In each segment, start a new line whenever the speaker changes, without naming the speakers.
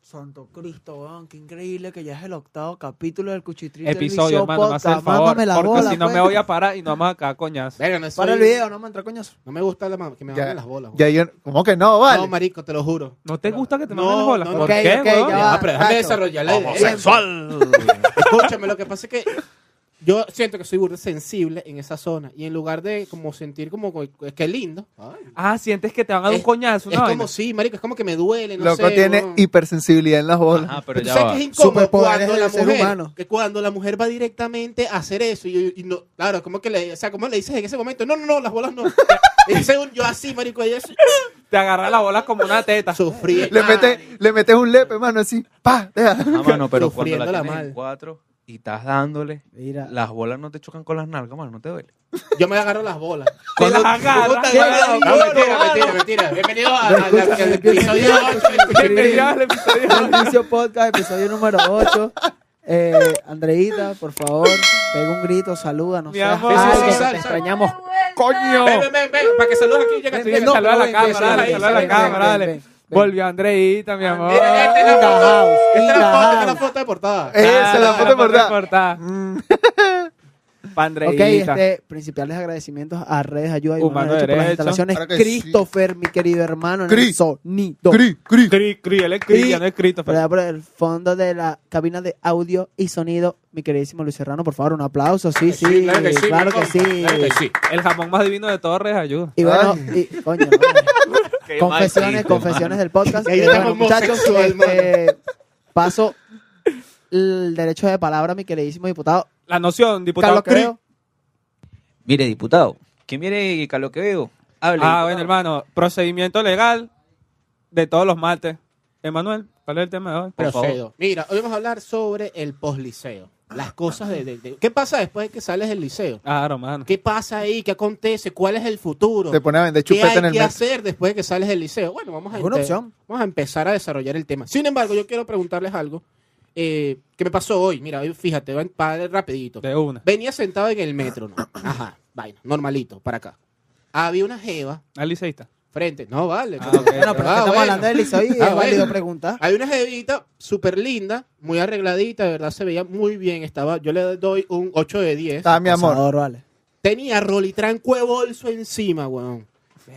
Santo Cristo, weón, qué increíble que ya es el octavo capítulo del Cuchitril.
Episodio, hermano, me hace el favor. Porque si no me voy a parar y nos vamos a cagar coñazo.
Verga, no, soy-
pues. Para el video, no me entra coñazo.
no me gusta la mam- que me
Ya.
hagan las bolas. weón.
Ya yo, ¿Cómo que no, vale?
No, marico, te lo juro.
¿No te gusta que te
No,
manden las bolas?
no,
¿Por
ok,
qué,
ok,
weón?
ya va.
Ah, pero déjame
Tato.
desarrollar la idea.
Homosexual.
Escúchame, lo que pasa es que yo siento que soy burda sensible en esa zona. Y en lugar de como sentir como que que lindo,
Ah, sientes que te van a dar un
Es-
coñazo,
es
¿no?
como sí, marico, es como que me duele. No
Loco
sé,
tiene
weón.
hipersensibilidad en las bolas.
Ajá, Ah, pero
Pero
ya
¿Sabes
va.
que es incómodo
Superpoderes
cuando la
del ser
mujer,
humano.
que cuando la mujer va directamente a hacer eso y, yo- y no, claro, como que le, o sea, como le dices en ese momento, no, no, no, las bolas no. y según yo así, marico, ella su-
Te agarra las bolas como una teta.
sufría.
Le, mete, le metes un lepe, mano, así, pa, deja.
Ah, mano, pero cuando la
Sufriéndola
tienes en
mal.
cuatro y estás dándole,
Mira.
las bolas no te chocan con las nalgas, mano, no te duele.
Yo me agarro las bolas.
Te las
Puta,
agarras.
weón. No, mentira, mentira, mentira. Bienvenidos a- a- al al episodio
Bienvenido al episodio.
Inicio podcast, episodio número 8. Eh, Andreita, por favor, pega un grito, salúdanos.
Mi
seas
amor.
algo,
Sí, sí, sí,
que
sal,
te
sal.
extrañamos.
¡Coño!
Ven, ven, ven, ven, para que saludes aquí, llega
Ven,
tú,
ven,
llega.
no,
Saluda a
pero
la
ven,
cámara,
ven,
dale,
ven,
saluda a la
ven, ven,
cámara,
ven,
dale.
ven, ven.
Volvió Andreita, mi amor.
Mira, esta es la
In the
foto.
house, in
Esta es
the
la foto, esta
house.
es la
Eh,
foto de portada.
Esa es la foto de verdad.
cortada. Pa'
Ok,
Andreita.
este, principales agradecimientos a Redes Ayuda y Humano
Humano
Derecho por las
Derecho.
instalaciones.
Claro que
Christopher, mi querido hermano, en el
Cris.
sonido.
Cri, cri.
Cri, cri, él es cri,
Cri.
ya no es Christopher.
Por el fondo de la cabina de audio y sonido, mi queridísimo Luis Serrano, por favor, un aplauso. Sí, sí, claro que sí.
mi compa, claro que sí.
El jamón más divino de Torres ayuda.
Y bueno,
Ay.
y- coño, no.
Qué
confesiones,
maldito,
confesiones del podcast.
Ahí
Eh,
está
bueno,
como
muchachos,
homosexual,
este, paso el derecho de palabra, mi queridísimo diputado
La noción,
Carlos
diputado. Cri.
Creo.
mano. Mire, diputado, ¿quién viene a lo que veo? Hable.
Ah,
diputado.
bueno, hermano. Procedimiento legal de todos los martes. Emanuel, ¿cuál es el tema de hoy?
Por favor.
Procedo. Mira, hoy vamos a hablar sobre el posliceo. Las cosas de, de- de- ¿Qué pasa después de que sales del liceo?
Ah, Romano.
¿Qué pasa ahí? ¿Qué acontece? ¿Cuál es el futuro?
Te pone a vender
¿Qué
chupeta
hay
en el
que
mes.
hacer después de que sales del liceo? Bueno, vamos a,
Es una
ente-
opción.
vamos a empezar a desarrollar el tema. Sin embargo, yo quiero preguntarles algo eh, que me pasó hoy. Mira, hoy, fíjate, va para rapidito.
De una.
Venía sentado en el metro, ¿no? Ajá, vaina, normalito, para acá. Había una jeva
Al liceísta.
frente. No, vale.
Ah,
pero-
ok.
Bueno, pero
Ah,
estamos
bueno.
hablando del Liceo y es
Ah,
válido
bueno.
preguntar.
Hay una jevita súper linda, muy arregladita, de verdad se veía muy bien. Estaba, yo le doy un 8 de 10.
Está, Ah, mi amor.
Pasador, vale.
Tenía rolitranco de bolso encima, weón.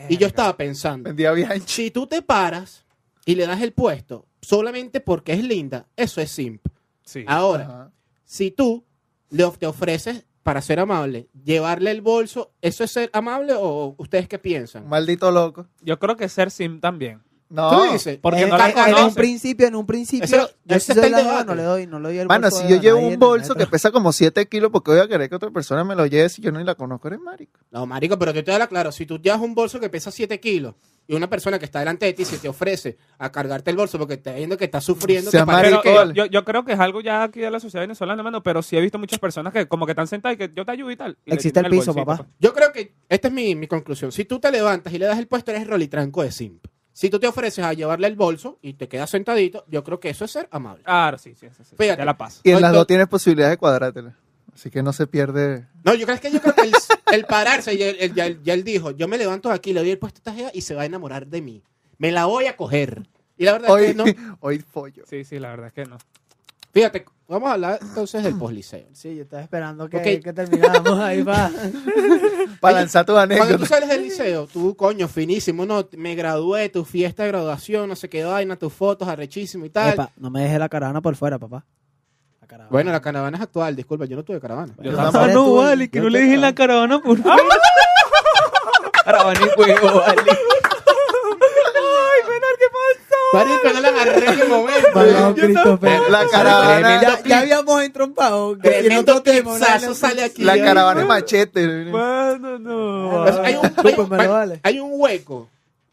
Y yo estaba pensando,
Vendía bien.
si tú te paras y le das el puesto solamente porque es linda, eso es simp.
Sí.
Ahora,
Ajá.
si tú le of- te ofreces para ser amable, llevarle el bolso, ¿eso es ser amable o ustedes qué piensan?
Maldito loco.
Yo creo que ser sim también.
No.
¿Tú dices?
Porque
en,
no la
en- en un
conoces.
principio, en un principio,
Ese-
yo
ese
si
está
soy
el
la jeva,
debate.
no le doy, no le doy el
Mano,
bolso
si
de
yo
nadie
llevo
en
un
el
bolso que
metro.
pesa como 7 kilos, porque voy a querer que otra persona me lo lleve si yo no ni la conozco? Eres marico.
No, marico, pero yo te la claro, si tú llevas un bolso que pesa 7 kilos y una persona que está delante de ti se te ofrece a cargarte el bolso porque está viendo que está sufriendo,
Sea
te parece
Pero
marico,
que-
yo,
vale.
yo- yo creo que es algo ya aquí de la sociedad venezolana, hermano, pero sí he visto muchas personas que como que están sentadas y que yo te ayudo y tal. y le
Existe
tiran
el piso,
bolsito,
papá.
pues.
Yo creo que esta es mi, mi conclusión. Si tú te levantas y le das el puesto, eres rolitranco de simp. Si tú te ofreces a llevarle el bolso y te quedas sentadito, yo creo que eso es ser amable.
Ah, sí, sí, sí. sí.
Fíjate.
Te la paso.
Y en
Ay,
las
no.
dos tienes posibilidad de cuadrátela. Así que no se pierde.
No, yo creo, es que, yo creo que el, el pararse, ya, él- ya él- ya él dijo, yo me levanto de aquí, le doy el puesto a esta jeva y se va a enamorar de mí. Me la voy a coger. Y la verdad es
Hoy,
que no.
hoy follo.
Sí, sí, la verdad es que no.
Fíjate, vamos a hablar entonces del posliceo.
Sí, yo estaba esperando que,
Ok.
que termináramos ahí va.
Para lanzar tus
Cuando tú
anécdotas.
sales del liceo, tú, coño, finísimo, no, me gradué, tu fiesta de graduación, no sé qué vaina, tus fotos, arrechísimo y tal.
Epa, no me dejes la caravana por fuera, papá. La caravana.
Bueno, la caravana es actual, disculpa, yo no tuve caravana.
Yo
No,
tampoco.
no, tú, vale,
que no le dije la
caravana por Caravana y huevo, vale.
Marico, no la agarré en el momento.
Vale, Christopher.
La caravana.
Ya, ya habíamos entrompado. que en
Tremendo
otro tema, una
tipsazo
vaina-
sale aquí.
La
Ay,
caravana es machete.
Bueno, no.
Pues Hay un, hay, un,
Súper, vale.
hay un hueco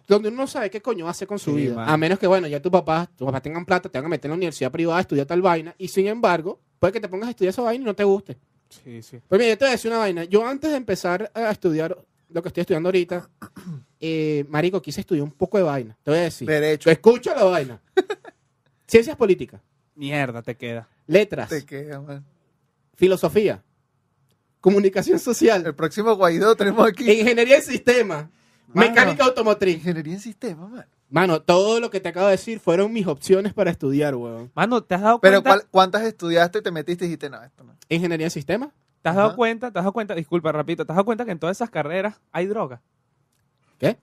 donde uno no sabe qué coño hace con su
Sí,
vida.
man.
A menos que, bueno, ya tus papás, tus papás tengan plata, te van a meter en la universidad privada, estudiar tal vaina. Y sin embargo, puede que te pongas a estudiar esa vaina y no te guste.
Sí, sí.
Pues mira, yo te voy a decir una vaina. Yo antes de empezar a estudiar lo que estoy estudiando ahorita, eh, marico, quise estudiar un poco de vaina. Te voy a decir.
Derecho.
Yo escucho la vaina. Ciencias políticas,
Mierda, te queda.
letras,
Te queda, man.
filosofía, comunicación social,
El
Eh,
próximo Guaidó tenemos aquí.
ingeniería en sistemas,
Mano.
mecánica automotriz.
Ingeniería en sistema, man.
Mano, todo lo que te acabo de decir fueron mis opciones para estudiar, weón.
Mano, ¿te has dado
Pero
cuenta?
¿cuál- ¿cuántas estudiaste, te metiste y dijiste, no, esto no?
Ingeniería en sistemas.
¿Te has dado
Ajá.
cuenta? ¿Te has dado cuenta? Disculpa, repito. ¿Te has dado cuenta que en todas esas carreras hay droga?
¿Qué?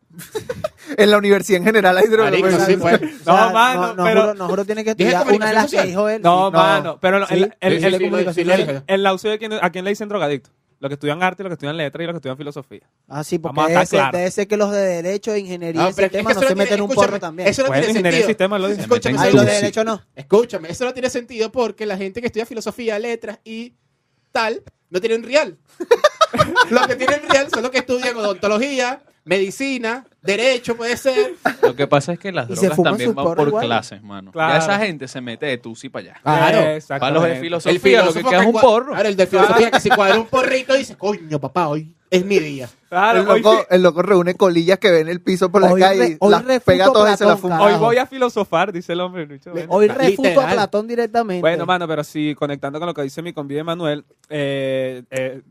En la universidad en general hay drogas.
Marico,
pues.
sí, pues.
No, mano,
no, no
pero-
Juro, no juro, tiene que
Dije
estudiar una de
comunicación
las que
social.
dijo él.
No,
Sí.
mano. Pero no,
Sí,
el, el,
sí, sí,
el-
sí, lo-
comunicación-
sí, lo dije.
el- el auxilio de quién- a quién le dicen drogadicto. Los que estudian arte, los que estudian letra y los que estudian filosofía.
Ah, sí, porque
Vamos a
debe
estar
ser,
claros.
debe ser que los de Derecho, Ingeniería
No,
y
Ah, pero es que
Sistemas no
eso
se
no tiene-
meten un
escúchame,
porro también.
eso no
Bueno,
tiene
ingeniería de
sentido.
sistemas lo dicen.
Escucha,
Escúchame,
Ahí
eso
los
no
de
Sí.
tiene-
Derecho no.
escúchame, eso no tiene sentido porque la gente que estudia filosofía, letras y tal, no tienen real. los que tienen real son los que estudian odontología, medicina, derecho, puede ser.
Lo que pasa es que las
Y se
drogas
fuman
también
sus
van
porros
por
igual.
clases, mano.
Claro.
Ya esa gente se mete de tusi para allá.
Eh,
Claro.
Para los de
filosofía.
filosofía, lo que queda es un
cua-
porro.
Claro, el de filosofía que se cuadra un porrito y dice, coño, papá, hoy es mi día.
El loco, el loco reúne colillas que ve en el piso por la
Hoy
calle,
re- hoy
las
refuto
pega todas y se las
Platón,
fuma.
Hoy
Carajo.
voy a filosofar, dice el hombre. el bicho, bueno.
Hoy
Literal.
refuto a Platón directamente.
Bueno, mano, pero sí, conectando con lo que dice mi convive Manuel, eh, eh,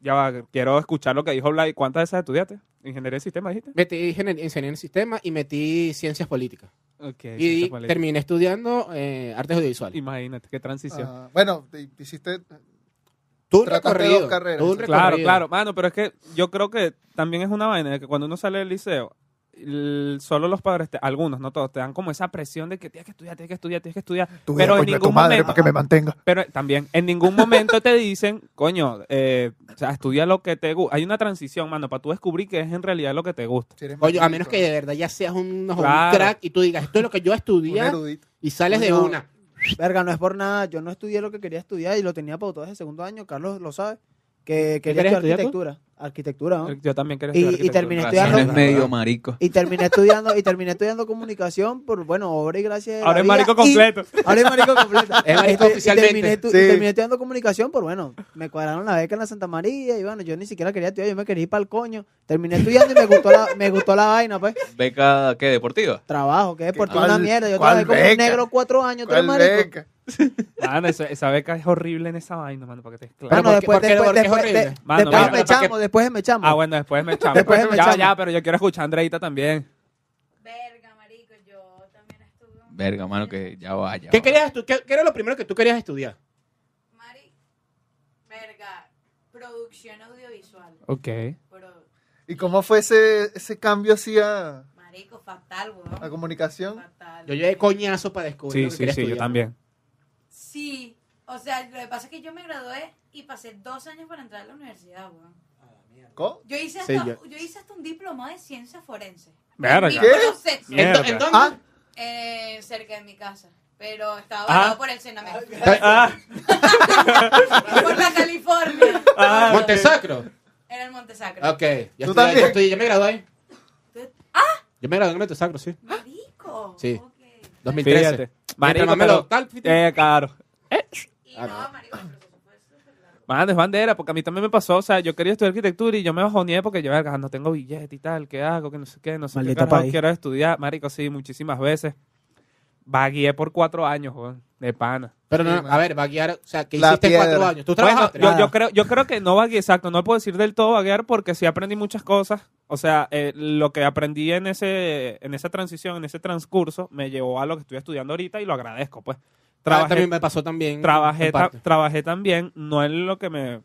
ya va, quiero escuchar lo que dijo Blay. ¿Cuántas de esas estudiaste? ¿Ingeniería de sistema dijiste?
Metí ingenier- ingeniería en sistema y metí ciencias políticas.
Ok.
Y
sí, cuál es.
terminé estudiando eh, artes audiovisuales.
Imagínate, qué transición.
Ah, bueno, te- hiciste
Tú un
Trataste
recorrido.
dos carreras.
tú un
Claro,
recorrido.
claro, mano, pero es que yo creo que también es una vaina de que cuando uno sale del liceo, el- solo los padres, te- algunos, no todos, te dan como esa presión de que tienes que estudiar, tienes que estudiar, tienes que estudiar.
tu vida,
pero en
coño, a
ningún
tu madre
momento,
para que me mantenga.
pero también en ningún momento te dicen, coño, eh, o sea, estudia lo que te gusta. Hay una transición, mano, para tú descubrir qué es en realidad lo que te gusta.
Si eres
Coño, a
marico,
menos que de verdad ya seas un, un
Claro.
crack y tú digas, esto es lo que yo
un
estudié
erudito.
y sales de
Coño.
una.
Verga, no es por nada. Yo no estudié lo que quería estudiar y lo tenía pautado desde segundo año. Carlos lo sabe. Que quería
querías
estudiar
estudiar pues? tú?
arquitectura. Arquitectura, ¿no?
Yo también quería
Y-
estudiar
y
arquitectura.
terminé
Razones
estudiando-
medio marico.
Y terminé estudiando, y terminé estudiando comunicación por, bueno, obra y gracia de la
Ahora es
vida,
marico
y-
completo.
Ahora es marico completo.
Es marico
Y te- y
oficialmente.
terminé, tu- y
Sí.
terminé estudiando comunicación por, bueno, me cuadraron la beca en la Santa María y bueno, yo ni siquiera quería estudiar, yo me quería ir para el coño. Terminé estudiando y me gustó la, me gustó la vaina, pues.
¿Beca qué? ¿Deportiva?
Trabajo, que es por toda
¿Cuál-
una mierda. Yo
cuál
trabajé como un
beca?
negro cuatro años, tú
¿Cuál
eres marico.
beca?
Mano, esa, esa beca es horrible en esa vaina, mano, para que te claro.
Pero
Bueno,
¿por qué-
después,
por qué-
después,
por qué es
después,
horrible?
de- después
Mano, pero-
me
¿para qué?
echamos, después me echamos.
Ah, bueno, después me echamos.
Después me
ya,
echamos.
ya, pero yo quiero escuchar a Andreita también.
Verga, marico, yo también estuve un-
Verga, mano, que ya vaya.
¿Qué, querías estu- qué- qué era lo primero que tú querías estudiar?
Mari, verga, producción audiovisual.
Ok.
Pero,
¿Y cómo fue ese, ese cambio así a,
marico, fatal, weón.
a comunicación?
Fatal.
Yo llegué coñazo para
Sí,
descubrir lo que
sí,
quería
sí, yo
estudiar.
también.
Sí, o sea, lo que pasa es que yo me gradué y pasé dos años para entrar a la universidad, weón.
¿Cómo?
Yo hice
Sí,
hasta,
yo-
yo... hice hasta un diplomado de ciencia forense.
Verga.
En
¿Qué?
Villavicencio,
Mierda.
Ento- entonces-
Ah,
eh, cerca de mi casa. Pero estaba
Ah.
avalado por el Sename.
Ah,
por la California.
Ah.
Montesacro.
Era el Montesacro.
Ok. Yo,
Tú
estudié-
también.
yo estudié- yo me gradué ahí.
Tú-
Yo me gradué en Montesacro, sí.
Marico.
Sí.
ok.
2013.
fíjate.
Mientras
Marico,
más me lo-
pero-
tal, fíjate.
Eh, claro.
Y
Ah,
no,
no.
marico, el presupuesto es súper largo.
Mano, es bandera, porque a mí también me pasó, o sea, yo quería estudiar arquitectura y yo me bajoneé porque yo, verga, no tengo billete y tal, ¿qué hago? Que no sé qué, no sé qué
Maldito
carajo
país.
quiero estudiar. Marico, sí, muchísimas veces. Vagué por cuatro años, weón, de pana.
Pero
Sí,
no, no,
man.
a ver, va a guiar. O sea, que
La
hiciste en cuatro
piedra.
años. Tú
Bueno,
trabajaste.
yo,
Nada.
yo creo, yo creo que no vagué, exacto. No puedo decir del todo vaguear porque sí aprendí muchas cosas. O sea, eh, lo que aprendí en ese en esa transición, en ese transcurso, me llevó a lo que estoy estudiando ahorita y lo agradezco, pues.
Ah,
Trabajé,
también me pasó también.
trabajé,
en parte.
ta- trabajé también, no en lo que me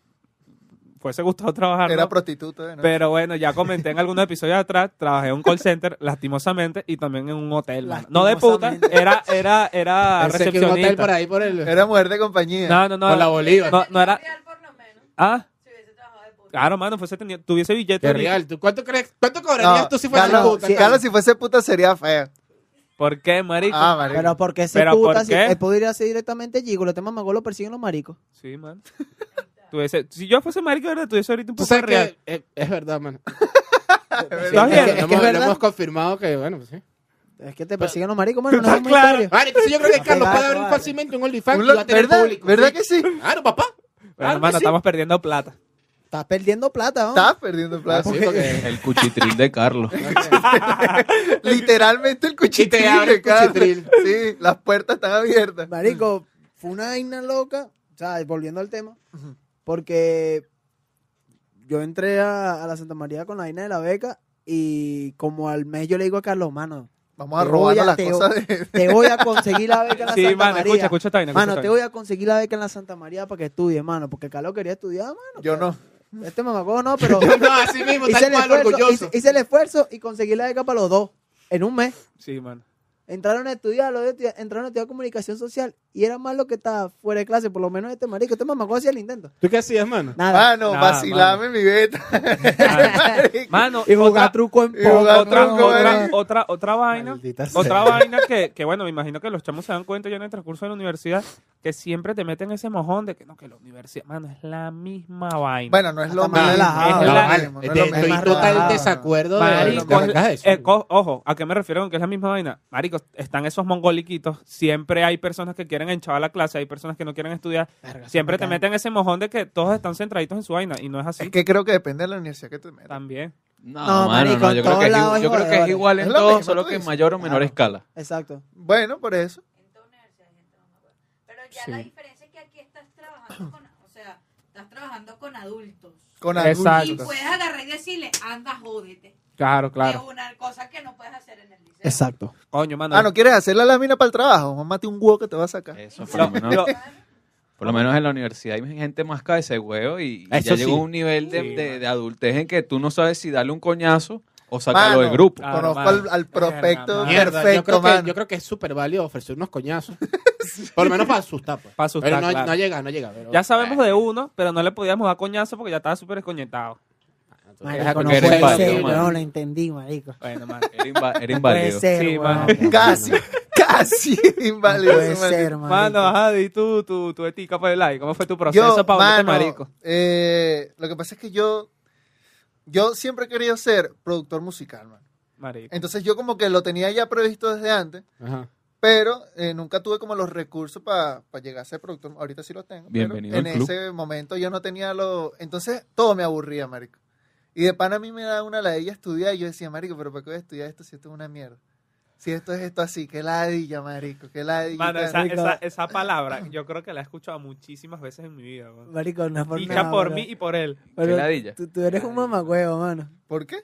fuese gustado trabajar.
Ah, era
¿no?
prostituta. de noche.
Pero bueno, ya comenté en algunos episodios atrás, trabajé en un call center, lastimosamente, y también en un hotel. mano. No de puta,
Lastimosamente.
era, era, era
Pensé que un hotel por
recepcionista.
ahí por el.
Era mujer de compañía.
No, no, no.
por la Bolívar.
No, no era-
Real, por lo menos,
Ah,
si hubiese trabajado de puta.
claro, mano, fuese tenía, tuviese billete.
Qué
ahorita.
real. ¿Tú cuánto crees? ¿Cuánto
No,
cobrarías tú si fueras
Carlos,
puta?
si,
Carlos?
Carlos, si fuese puta sería fea.
¿Por qué, marico?
Ah, marico.
Pero porque ese
¿Pero
puta,
por
si,
qué?
él podría ser directamente Gigo, el tema Magó lo persiguen los maricos.
Sí, man. Tuviese- si yo fuese marico, ahora tuviese ahorita un
Tú
poco de
sabes
real.
que eh, es verdad, mano.
¿Estás
Es que
bien?
Es que es
hemos- lo
verdad.
hemos confirmado que, bueno, pues sí.
Es que te persiguen los maricos, mano. No
Está
es muy
claro.
serio.
Vale, entonces yo creo que
No,
Carlos
pegado,
puede abrir
vale.
fácilmente un OnlyFans
Un
y va
lo-
a tener
¿Verdad?
público.
¿Verdad
sí.
que sí?
Claro, papá.
Bueno,
Claro que
hermano,
sí.
estamos perdiendo plata.
Estás perdiendo plata, ¿no?
Estás perdiendo
Ah,
plata.
sí, porque-
El cuchitril de Carlos.
Literalmente el
Y
cuchitril
te abre
de
el
Carlos.
cuchitril.
Sí, las puertas están abiertas.
Marico, fue una vaina loca. O sea, volviendo al tema. Porque yo entré a, a la Santa María con la vaina de la beca y como al mes yo le digo a Carlos, mano,
Vamos a
Te voy
robar
a-
las
te-
cosas de...
Te voy a conseguir la beca en la
Sí,
Santa
mano,
María.
escucha, escucha esta vaina, escucha
Mano,
esta
te voy
vaina.
a conseguir la beca en la Santa María para que estudie, mano, porque Carlos quería estudiar, mano.
Yo no.
Este mamagó no, pero
No, así mismo,
hice,
tal
el
cual,
esfuerzo, hice,
orgulloso.
hice el esfuerzo y conseguí la beca para los dos en un mes.
Sí, mano.
Entraron a estudiar, los dos estudia- entraron a estudiar comunicación social y era más lo que estaba fuera de clase, por lo menos este marico, este mamagó hacía el intento.
¿Tú qué hacías, mano?
Nada.
Mano,
Nada,
vacilame mi beta.
Mano,
y jugar
otra-
truco en
y jugar
poco,
otra,
truco,
no,
eh.
otra,
no.
otra, otra vaina,
Maldita sea.
otra vaina que, que, bueno, me imagino que los chamos se dan cuenta ya en el transcurso de la universidad que siempre te meten ese mojón de que no, que la universidad, mano, es la misma vaina.
Bueno, no es lo
Hasta más
mismo.
relajado.
No es lo
Es la-
mismo, no es
Te-
lo
Estoy
mismo.
en
más
total
relajado.
desacuerdo de de lo que
Marico,
acabas de decir.
eh, co- ojo, ¿a qué me refiero con que es la misma vaina? Marico, están esos mongoliquitos, siempre hay personas que quieren enchavar la clase, hay personas que no quieren estudiar, siempre te meten ese mojón de que todos están centraditos en su vaina y no es así
Es que creo que depende de la universidad que te metas.
también.
No,
No,
mano,
marico,
no,
en
yo creo
todos
que es,
lados
igual-
hay
yo creo que es
jodedores.
igual en
Es lo
todo,
mismo,
solo
tú
que en
dices.
mayor o menor
Claro.
escala.
Exacto.
Bueno, por eso.
En toda universidad hay gente mamagüey. Pero ya la
Sí.
diferencia es que aquí estás trabajando con, o sea, estás trabajando con adultos.
Con
Exacto.
Y
adultos.
puedes agarrar y decirle, anda, jódete.
Claro,
Es una cosa que no puedes hacer en el liceo.
Exacto.
Coño, mano.
Ah, ¿no quieres hacer la lámina para el trabajo? Mámate un huevo que te va a sacar.
Eh,
Eso, por
Lo-
lo menos,
lo-
por lo menos en la universidad hay gente más cabeza de huevo y, y
Eso
ya
sí.
llegó un nivel de,
Sí,
de-
mano.
de adultez en que tú no sabes si darle un coñazo o
Mano,
sacarlo del grupo.
Ah,
Conozco
Claro,
al,
mano.
al prospecto
Verga, mano.
Mierda, yo
Ah, perfecto,
creo,
mano.
que, yo creo que es súper válido ofrecer unos coñazos. Por lo menos para asustar. Pues.
Pa' asustar,
Pero no,
claro.
no llega, no llega. pero-
ya sabemos de uno, pero no le podíamos dar coñazo porque ya estaba súper escoñetado.
Tú eres
Marico, no
porque eres
puede
válido,
ser,
mano.
no lo entendí, marico.
Bueno, mano.
Era, inva- era
No puede
inválido.
ser,
Sí,
weón.
mano.
Casi, casi
No
inválido.
puede
ese maldito.
ser,
Mano,
marico.
ajá, y tú, tu, tu etica para el like. ¿Cómo fue tu proceso para volverte marico?
eh, lo que pasa es que yo, yo siempre he querido ser productor musical, mano.
Marico.
Entonces yo como que lo tenía ya previsto desde antes,
Ajá.
pero eh, nunca tuve como los recursos para llegar a ser productor. Ahorita sí los tengo. pero
Bienvenido
en
al club.
ese momento yo no tenía los... Entonces todo me aburría, marico. Y de pan a mí me da una ladilla estudiar y yo decía, marico, pero ¿para qué voy a estudiar esto si esto es una mierda? Si esto es esto así, qué ladilla, marico, qué ladilla.
Mano,
tal.
esa, esa, esa palabra yo creo que la he escuchado muchísimas veces en mi vida. mano.
Marico, no es por
Dicha
nada,
por
bro.
mí y por él.
Pero
Qué ladilla.
tú, tú eres un mamagüeo, mano.
¿Por qué?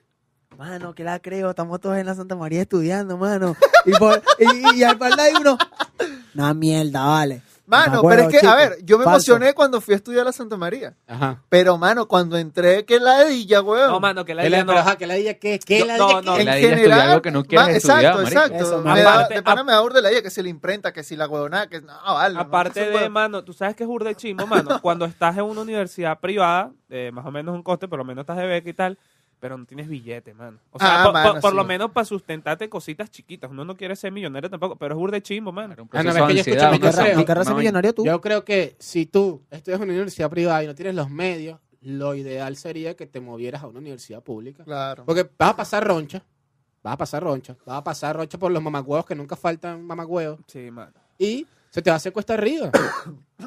Mano, que la creo, estamos todos en la Santa María estudiando, mano. Y, por, y, y al par hay uno. Una mierda, vale.
Mano,
Mamagüeo,
pero es que,
chico.
a ver, yo me
Falso.
emocioné cuando fui a estudiar a la Santa María.
Ajá.
Pero, mano, cuando entré, qué ladilla, weón.
No, mano, que la
¿Qué
idea
la,
no.
pero, ajá, ¿qué la dilla qué? ¿Qué
No,
la
no,
dilla
no.
qué?
En
La idea es
general,
estudiar algo que no quieres
ma-
estudiar,
Exacto,
marico.
exacto.
Eso,
me da,
aparte-
de pana
ap-
me da burda la idea que si la imprenta, que si la huevonada, que no, vale. no,
Aparte
eso
de,
puedo-
mano, tú sabes que es burde chimbo, mano. Cuando estás en una universidad privada, eh, más o menos un coste, por lo menos estás de beca y tal, pero no tienes billete, mano. O sea,
Ah,
por,
mano,
por- por
sí.
lo menos para sustentarte cositas chiquitas. Uno no quiere ser millonario tampoco, pero es burde chimbo, mano.
Era un
Ah, no,
proceso
es que
de
yo
¿No
escucho-
ansiedad,
yo
una
creo-
querrás,
vaina.
no querrás ser
Una
millonario tú?
Yo creo que si tú estudias en una universidad privada y no tienes los medios, lo ideal sería que te movieras a una universidad pública.
Claro.
Porque vas a pasar roncha. Vas a pasar roncha. Vas a pasar roncha por los mamagüeos que nunca faltan mamagüeos.
Sí, mano.
Y se te va a hacer cuesta arriba.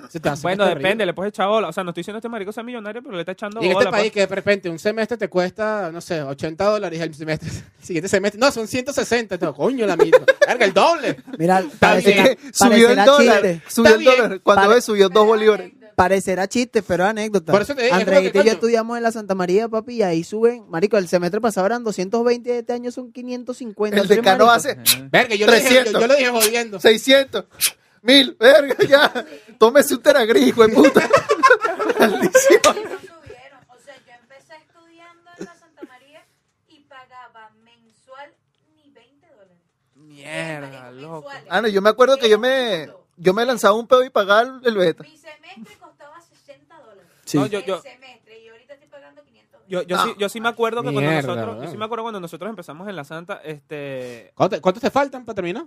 se te va a hacer
Bueno,
cuesta
depende,
arriba.
le puedes echar bola. O sea, no estoy diciendo este marico sea millonario, pero le está echando
Y en
bola.
este
pues.
país que de repente un semestre te cuesta, no sé, 80 dólares el semestre. El siguiente semestre, no, son 160. No, coño, la misma. Verga, el doble.
Mira,
Es
parecerá,
bien.
que subió el
parecerá
dólar.
chiste.
Está
Subió el
bien.
dólar. Cuando
Pare-
ves, subió dos bolívares.
Parecerá chiste, pero anécdota.
Por eso te digo, es
Andreita
como que,
y yo
coño.
estudiamos en la Santa María, papi, y ahí suben. Marico, el semestre pasado eran 220, este año son 550.
El
¿Tú eres
decano
marico?
hace
Verga, yo, lo dije,
300.
yo, yo lo dije jodiendo.
600, 1000, verga, ya. Tómese un teragris, hijo de puta.
subieron. O sea, yo empecé estudiando en la Santa María y pagaba mensual ni 20 dólares.
pues. Mierda,
Marico,
loco.
mensuales.
Ah, no, yo me acuerdo que yo me, yo me lanzaba un pedo y pagaba el beta.
Mi semestre costaba 60 dólares.
Sí.
No, yo- yo-
El semestre y ahorita estoy pagando 500
Yo, yo,
No.
sí, yo sí me acuerdo que
Mierda,
cuando nosotros, yo sí
weón.
me acuerdo cuando nosotros empezamos en la Santa, este,
¿Cuánto- ¿Cuántos te faltan para terminar?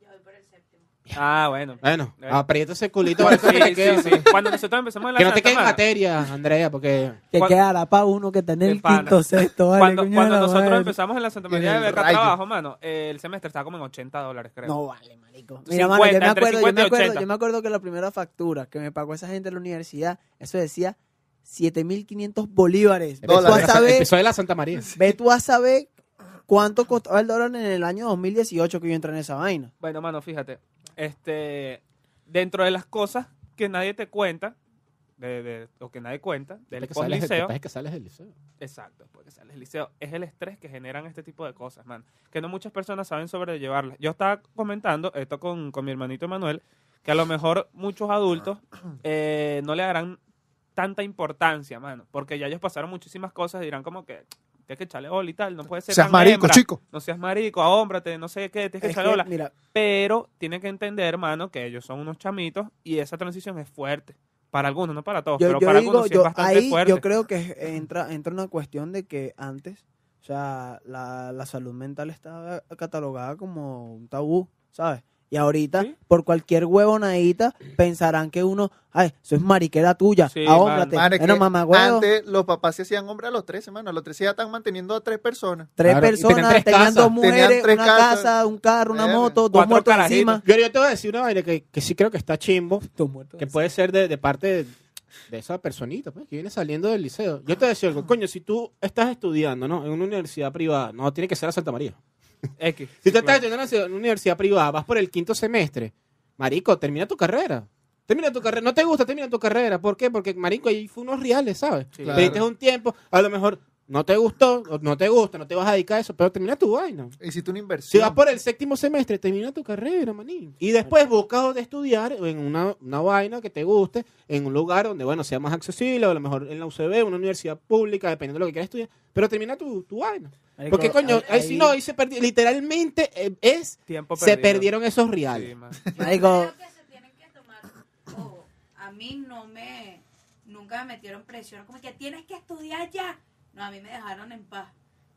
Yo voy por el séptimo.
ah, bueno.
Bueno,
Eh.
aprieta ese culito. para que, no te
Sí,
quede-
sí, sí. Cuando nosotros empezamos en la
que no
Santa,
te queden
mano,
materias, Andrea, porque...
Que
Cuan-
quedará para uno que tener
De
el
pana.
quinto, sexto, vale,
cuando,
coño,
cuando
la
nosotros
madre.
empezamos en la Santa
Y en
María de
el
Beca
rayo.
Trabajo, mano, eh, el semestre estaba como en 80 dólares, creo.
No vale, marico. Mira, mano,
50,
yo me
entre
acuerdo, yo
50
me
y
acuerdo,
80.
yo me acuerdo que la primera factura que me pagó esa gente de la universidad, eso decía 7500 bolívares. Ve tú a
Dólares.
saber,
Empezó de la Santa María.
ve tú a saber cuánto costaba el dólar en el año 2018 que yo entré en esa vaina.
Bueno, mano, fíjate. Este, dentro de las cosas que nadie te cuenta, de, de lo que nadie cuenta, del
Después que sales-
posliceo.
después que sales del liceo.
Exacto, porque sales del liceo. Es el estrés que generan este tipo de cosas, man. Que no muchas personas saben sobrellevarlas. Yo estaba comentando esto con, con mi hermanito Emanuel, que a lo mejor muchos adultos eh, no le darán tanta importancia, mano. Porque ya ellos pasaron muchísimas cosas y dirán como que tienes que echarle bola y tal. No puede ser
Seas
tan
marico,
hembra.
chico.
No seas marico, ahómbrate, no sé qué, tienes que
Es que,
echarle bola.
mira,
Pero tienen que entender, hermano, que ellos son unos chamitos y esa transición es fuerte. Para algunos, no para todos,
yo,
Pues, pero
yo
para
digo,
algunos sí es
yo,
bastante
ahí
fuerte.
yo creo que entra, entra una cuestión de que antes, o sea, la, la salud mental estaba catalogada como un tabú, ¿sabes? Y ahorita,
Sí.
por cualquier huevonadita, pensarán que uno, ay, eso es mariquera tuya,
Sí,
ahómbrate,
Mano, es
bueno,
que
mamá huevo,
Antes los papás se hacían hombre a los 13, mano. A los 13 ya están manteniendo a tres personas.
tres
Claro, y tenían
personas,
tres
tenían
casas,
dos
tenían
mujeres,
tres
una
casas.
casa, un carro, una
Verga.
moto, dos
Cuatro
muertos
carajitos.
encima.
Yo, yo te voy a decir una vaina que, que sí creo que está chimbo,
Dos muertos
que puede ser de, de parte de, de esa personita pues, que viene saliendo del liceo. Yo te voy a decir algo, coño, si tú estás estudiando ¿no? en una universidad privada, no tiene que ser a Santa María.
X.
Si tú
Sí,
estás
claro.
estudiando en una ciudad- en una universidad privada, vas por el quinto semestre, marico, termina tu carrera. Termina tu carrera. No te gusta, termina tu carrera. ¿Por qué? Porque, marico, ahí fue unos reales, ¿sabes?
Sí.
Claro.
Pediste un tiempo, a lo mejor no te gustó, o no te gusta, no te vas a dedicar a eso, pero termina tu vaina.
Hiciste una inversión.
Si vas por el séptimo semestre, termina tu carrera, manín. Y después buscas de estudiar en una, una vaina que te guste, en un lugar donde, bueno, sea más accesible, o a lo mejor en la UCB, una universidad pública, dependiendo de lo que quieras estudiar, pero termina tu, tu vaina. Porque, coño, ahí sí no, ahí se perdió. Literalmente eh, es
Tiempo
se
perdido.
perdieron esos reales.
Sí, man.
Marico,
Creo que se tienen que tomar. Ojo, a mí no me. Nunca me metieron presión. Como que tienes que estudiar ya. No, a mí me dejaron en paz.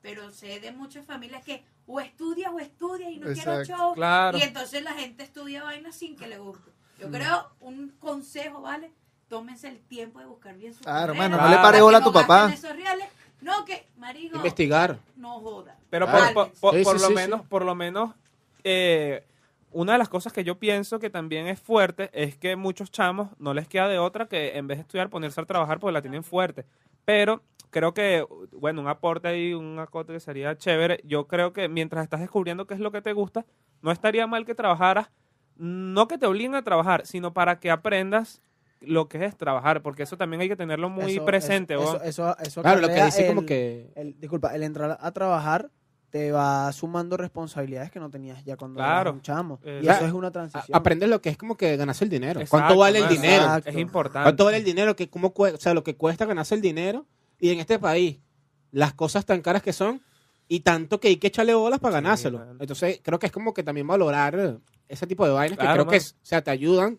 Pero sé de muchas familias que o estudia o estudia y no quiero
Exacto.
show.
Claro.
Y entonces la gente estudia vainas sin que le guste. Yo creo, un consejo, ¿vale? Tómense el tiempo de buscar bien su
Claro,
carrera,
mano,
no le
para
pare
que
bola a
no
tu papá.
gasten esos reales. No, que, marico,
Investigar.
no joda.
Pero
Claro.
por, por- por-
Sí, sí,
por lo
sí,
menos,
sí.
por lo menos, eh, una de las cosas que yo pienso que también es fuerte es que muchos chamos no les queda de otra que en vez de estudiar ponerse a trabajar porque la tienen fuerte. Pero creo que, bueno, un aporte y un acote que sería chévere. Yo creo que mientras estás descubriendo qué es lo que te gusta, no estaría mal que trabajaras, no que te obliguen a trabajar, sino para que aprendas lo que es trabajar, porque eso también hay que tenerlo muy
eso-
presente.
eso-
¿no?
eso- eso- eso
Claro, lo que
acarrea
dice como
el-
que.
el- disculpa, el entrar a trabajar te va sumando responsabilidades que no tenías ya cuando
Claro.
eras un chamo.
Eh,
y
ya,
eso es una
a-
transición.
aprendes lo que es como que ganarse el dinero.
Exacto,
¿Cuánto vale el
mano,
dinero?
exacto. Es importante.
¿Cuánto vale el dinero? Que cómo cue- o sea, lo que cuesta ganarse el dinero. Y en este país, las cosas tan caras que son y tanto que hay que echarle bolas para
Sí,
ganárselo.
mano.
Entonces, creo que es como que también valorar eh, ese tipo de vainas
Claro,
que creo
mano.
que, es- o sea, te ayudan,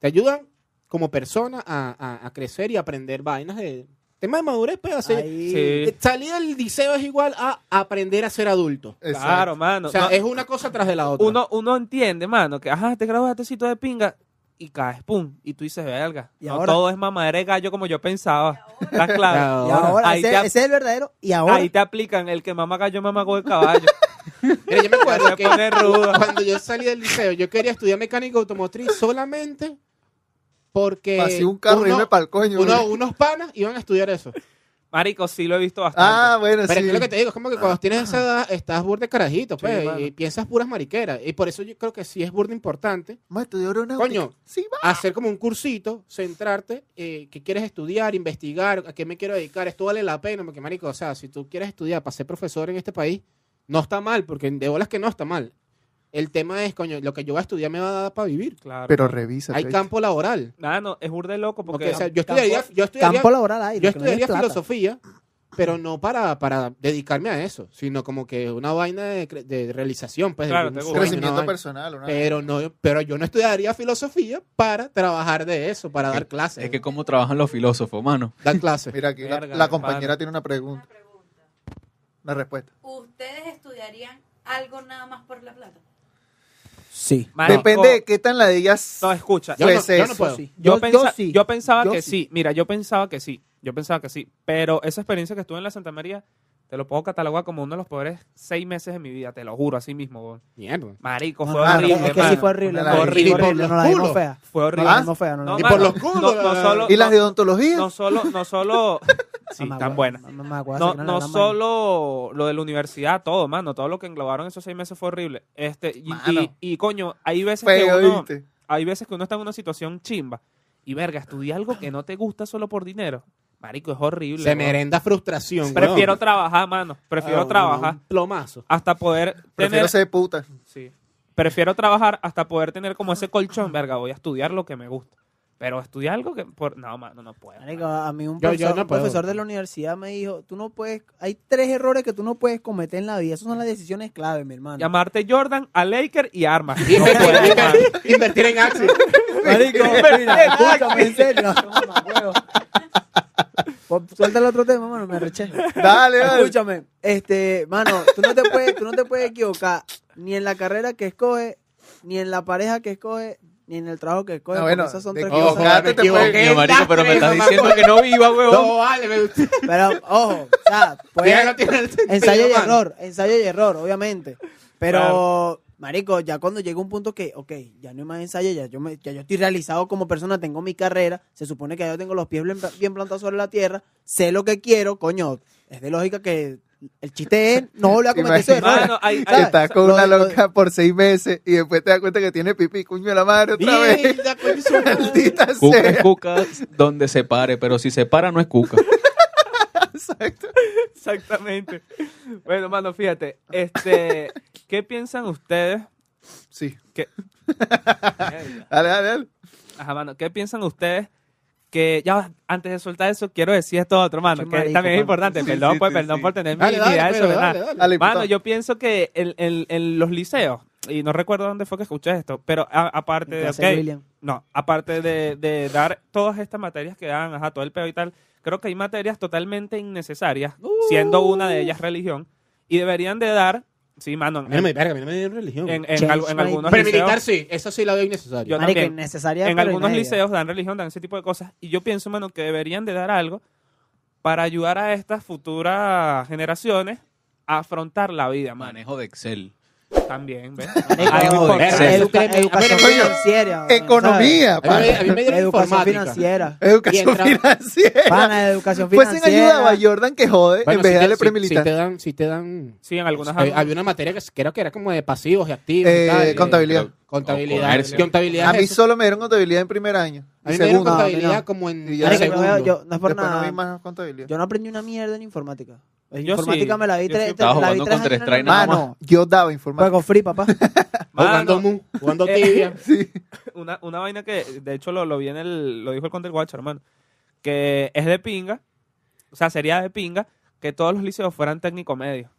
te ayudan como persona a, a- a crecer y aprender vainas de... Tema de madurez, pero así-
Ahí-
Sí.
Eh, Salir del liceo es igual a aprender a ser adulto.
Exacto.
Claro, mano.
O sea,
No,
es una cosa tras de la otra.
uno, uno entiende, mano, que ajá, te graduaste cito de pinga y caes, pum, y tú dices, verga,
¿Y
no
ahora?
todo es mamadera de gallo como yo
Y
pensaba.
ahora,
¿Estás claro?
Y
Ahora,
ahora,
ahí
ese,
te ap-
ese es el verdadero. Y ahora,
Ahí te aplican el que mama gallo, mama go de caballo.
Mira, yo me acuerdo
se
que
pone rudo.
cuando yo salí del liceo, yo quería estudiar mecánica automotriz solamente porque
Pasé un carro y
uno-
me pa'l coño.
uno-
güey.
unos panas iban a estudiar eso.
Marico, sí lo he visto
Ah,
bastante.
bueno,
Pero
sí. Ah.
es lo que te digo, es como que cuando tienes esa edad estás burde carajito, pues,
mano.
y piensas puras mariqueras. Y por eso yo creo que sí es burde importante
Ma, estudió aeronáutica.
Coño.
Sí, va.
hacer como un cursito, centrarte, eh, que quieres estudiar, investigar, a qué me quiero dedicar, esto vale la pena, porque marico, o sea, si tú quieres estudiar para ser profesor en este país, no está mal, porque de bolas que no está mal. El tema es, coño, lo que yo voy a estudiar me va a dar para vivir.
Claro.
Pero revisa.
Hay campo laboral.
Nada, no, es burde loco porque...
Porque, o sea, yo estudiaría, yo estudiaría,
campo laboral hay.
yo
lo que no hay es
estudiaría
plata.
filosofía, pero no para, para dedicarme a eso, sino como que una vaina de, cre- de realización, pues. de
Claro,
un
te gusta.
sueño,
Crecimiento
una vaina.
personal. una-
Pero no, pero yo no estudiaría filosofía para trabajar de eso, para dar clases.
Es que cómo trabajan los filósofos, mano.
dar clases.
Mira, aquí la,
Verga,
la
mi
compañera
pana.
tiene una
una
pregunta,
pregunta.
una respuesta.
¿Ustedes estudiarían algo nada más por la plata?
Sí.
Marico,
Depende de qué tan ladillas.
Ah, No, escucha.
Yo,
Pues
no, yo no
eso,
puedo.
sí.
Yo, pensa-
sí.
yo pensaba
Yo
que
sí.
sí. Mira, yo pensaba que sí. Yo pensaba que sí. Pero esa experiencia que estuve en la Santa María, te lo puedo catalogar como uno de los peores seis meses de mi vida. Te lo juro, así mismo. weón.
Mierda.
Marico,
No,
fue
no,
horrible.
Ah, Es que sí
mano.
fue horrible.
Una
no,
ladilla.
horrible,
Y por los
no la vimos
culos.
fea.
Fue
No
horrible.
la
¿Ah?
vimos fea. No la
No,
Y
vimos
por
fea.
los culos.
No, no solo-
¿Y las de odontología?
No solo, no solo. Sí,
Mamá,
tan
güey,
buena.
mamá, mamá, güey,
No,
sacan la
no
lama.
solo lo de la universidad, todo, mano. Todo lo que englobaron esos seis meses fue horrible. Este, y,
Mano.
y- y, coño, hay veces que
Feo,
uno,
¿viste?
hay veces que uno está en una situación chimba. y verga, estudia algo que no te gusta solo por dinero. Marico, es horrible.
Se
weón.
merenda frustración,
Prefiero
weón.
trabajar, mano. Prefiero
Ah,
trabajar
Un plomazo.
hasta poder tener.
Prefiero ser puta.
Sí. Prefiero trabajar hasta poder tener como ese colchón, verga, voy a estudiar lo que me gusta. Pero estudiar algo que... por- No, mano, no puedo.
Marico, a mí un
Yo- yo
profesor,
no
un
puedo.
profesor de la universidad me dijo, tú no puedes, hay tres errores que tú no puedes cometer en la vida. Esas son las decisiones clave, mi hermano.
Llamarte Jordan, a Laker y armas. No
Invertir,
puedo, mano.
invertir en Axel.
Marico, mira, escúchame, en serio. Pon- Suelta el otro tema, mano, me arreché.
Dale, dale.
Escúchame, este, mano, tú no te puedes, tú no te puedes equivocar ni en la carrera que escoges, ni en la pareja que escoges, ni en el trabajo que escoges.
No,
porque
bueno,
esas son
de-
tres
ojo,
cosas.
gato, te puede-
Coño, marico, pero me estás
No,
diciendo que no viva, huevón.
No, vale, me gusta.
Pero, ojo, o sea, puedes-
Ya no tiene el sentido,
ensayo y
mano.
error, ensayo y error, obviamente. Pero, marico, ya cuando llega un punto que, ok, ya no hay más ensayo, ya yo, me- ya yo estoy realizado como persona, tengo mi carrera, se supone que ya yo tengo los pies bien, bien plantados sobre la tierra, sé lo que quiero, coño, es de lógica que el chiste es no volver a cometer ese
Imagínate.
error.
Mano, hay-
Que
hay-
¿Sabes?
estás con
Lo-
una
lo-
loca por seis meses y después te das cuenta que tiene pipí, cuño de la madre otra vez.
Mierda, coño, su madre.
Maldita
Cuca es
sea.
cuca donde se pare, pero si se para no es cuca.
Exacto.
Exactamente. Bueno, mano, fíjate. Este, ¿Qué piensan ustedes?
Sí.
Que,
Dale, dale, dale.
ajá, mano, ¿Qué piensan ustedes? Que ya, va, antes de soltar eso, quiero decir esto otro, mano,
Qué
que
marico,
también es
mano.
importante.
Sí,
perdón,
sí,
pues,
sí,
perdón
sí.
por tener mi
Dale, dale,
idea
pero
sobre nada.
dale, dale.
Dale,
Mano,
diputado.
yo pienso que en, en- en los liceos, y no recuerdo dónde fue que escuché esto, pero a- aparte de,
Gracias,
ok,
William.
no, aparte de, de dar todas estas materias que dan, ajá, todo el pedo y tal, creo que hay materias totalmente innecesarias,
Uh.
siendo una de ellas religión, y deberían de dar, sí, mano,
A
en,
mí no me verga, a mí no me dieron religión.
en- en
Change
algo- en
my-
algunos
Pero
liceos-
militar sí, eso sí la veo innecesario.
Yo
Marico,
también.
innecesaria,
en
pero
algunos
innecesaria.
liceos dan religión, dan ese tipo de cosas. Y yo pienso, mano, que deberían de dar algo para ayudar a estas futuras generaciones a afrontar la vida, mano.
Manejo de Excel.
También, ¿ves?
Marico,
Algo
joder,
importante.
Excel.
educa-
Mira,
educación
coño,
financiera.
Economía,
A mí,
pana.
a mí me
¿sabes?
dieron
Educación
informática.
financiera.
Educación
Y entra-
financiera.
Pana, educación
Pues sin ayuda
financiera.
a Jordan que jode
Bueno,
en vez
si
de
te-
darle
si- Si
premilitar.
te dan, si te dan
Sí, en algunas
Hay-
áreas.
Eh, Había una materia que creo que era como de pasivos y activos. y
Eh,
tal.
contabilidad.
Pero- Contabilidad.
O comercio.
Contabilidad.
A mí
es eso.
solo me dieron contabilidad en primer año.
A mí me dieron
segundo.
contabilidad
a mí no.
como en
Y ya
Marico,
Marica,
no veo-
segundo.
yo- no es por
Después no
nada.
vi más contabilidad.
Yo no aprendí una mierda en informática. En
Yo
informática
sí.
me la vi
Yo
tres
sí.
tres-
Estaba
la vi
jugando
tres
con
años
Counter
en
Strike nada
el-
más.
Mano,
Mano, yo daba informática.
Juego free, papá.
Jugando
Mano,
Moon, jugando
Eh,
tibia.
una, una vaina que, de hecho, lo, lo vi en el, lo dijo el Content Watch, hermano, que es de pinga, o sea, sería de pinga que todos los liceos fueran técnico medio.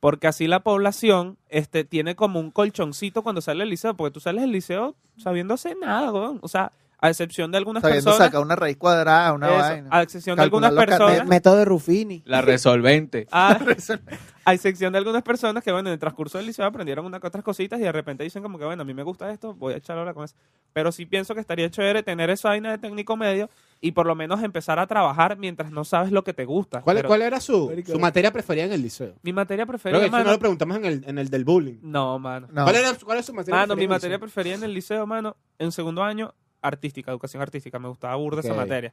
Porque así la población este, tiene como un colchoncito cuando sale del liceo, porque tú sales del liceo sabiendo hacer nada, weón. o sea, a excepción de algunas
Sabiendo
personas,
sacar una raíz cuadrada, una
eso,
Ah,
vaina.
a excepción de
Calcular
algunas
los carnets.
personas,
Método de Ruffini.
La resolvente.
a, Ah, a excepción de algunas personas que, bueno, en el transcurso del liceo aprendieron unas que otras cositas y de repente dicen como que, bueno, a mí me gusta esto, voy a echar ahora con eso. Pero sí pienso que estaría chévere tener esa vaina de técnico medio y por lo menos empezar a trabajar mientras no sabes lo que te gusta.
¿Cuál,
Pero
¿Cuál era su,
Marico.
su materia preferida en el liceo?
Mi materia
Creo
preferida,
que eso no
mano.
lo preguntamos en el, en el del bullying.
No, mano.
No.
¿Cuál, era, ¿Cuál era su materia
Mano, mi materia
preferida? en el liceo?
preferida en el liceo, mano, en segundo año, artística, educación artística. Me gustaba burda
Ok.
esa materia.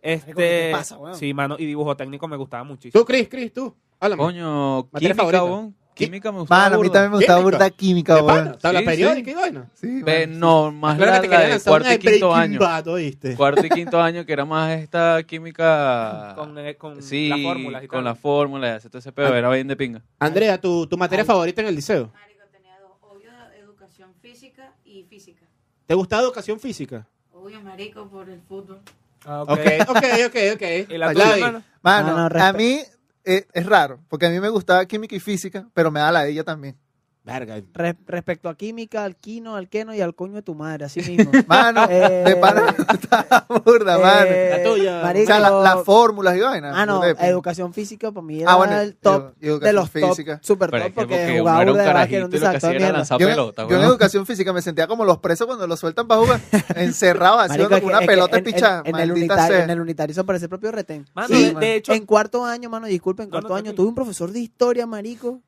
¿qué
Este,
te pasa, weón?
sí, mano, y dibujo técnico me gustaba muchísimo.
Tú, Chris, Chris, tú. Háblame.
Coño,
Materia
química,
favorita.
weón. Química me gustaba.
Mano, a mí
burda.
también me gustaba
Química.
burda
¿De
química,
pana?
weón.
¿Tabla
Sí,
periódica
sí.
y vaina?
Sí,
Ve,
mano.
no, más
Claro que
la,
te
la
querían
de
lanzar una
cuarto
de
y quinto año.
Breaking Bad, ¿oíste?
Cuarto y quinto año, que era más esta química.
Con, eh,
em,
con
sí,
las fórmulas y
con
tal.
las fórmulas, y hacer todo ese pedo,
Ah.
era bien de pinga.
Andrea, ¿tu, tu materia
Ay.
favorita en el liceo?
Marico, tenía dos. Obvio, educación física y física.
¿Te gustaba educación física?
Obvio, marico, por el fútbol.
Ah, ok.
Ok, ok, ok, ok.
¿Y la
Ay,
tuya,
Javi.
mano?
Mano,
Mano,
a
respe-
mí eh, es raro, porque a mí me gustaba química y física, pero me da la de ella también.
Verga.
Re- respecto a química, al quino, al queno y al coño de tu madre, así mismo.
Mano,
Eh,
de pana me gustaba burda,
Eh,
mano.
La tuya.
O
marico,
sea, la- las fórmulas y vainas.
Ah, no,
burda de pinga.
educación física para mí era
Ah, bueno,
el top
edu- educación
de los
física.
top, super
Pero
top,
es que
porque
porque uno
jugaba
era un
burda de básquet, era
carajito
un
y lo que
desastre
hacía
de
era
mierda.
lanzar
Yo, en-
pelota,
yo en
weón.
educación física me sentía como los presos cuando los sueltan para jugar, encerrado, así
Marico,
como
es que-
una
es que
pelota
en- en-
pichada.
En el
maldita
unitario,
sea.
en el unitario eso parece el propio retén.
Mano,
Sí,
de-
mano.
de hecho,
en cuarto año, mano, disculpen, en
No, no,
cuarto año
tranquilo.
tuve un profesor de historia, marico.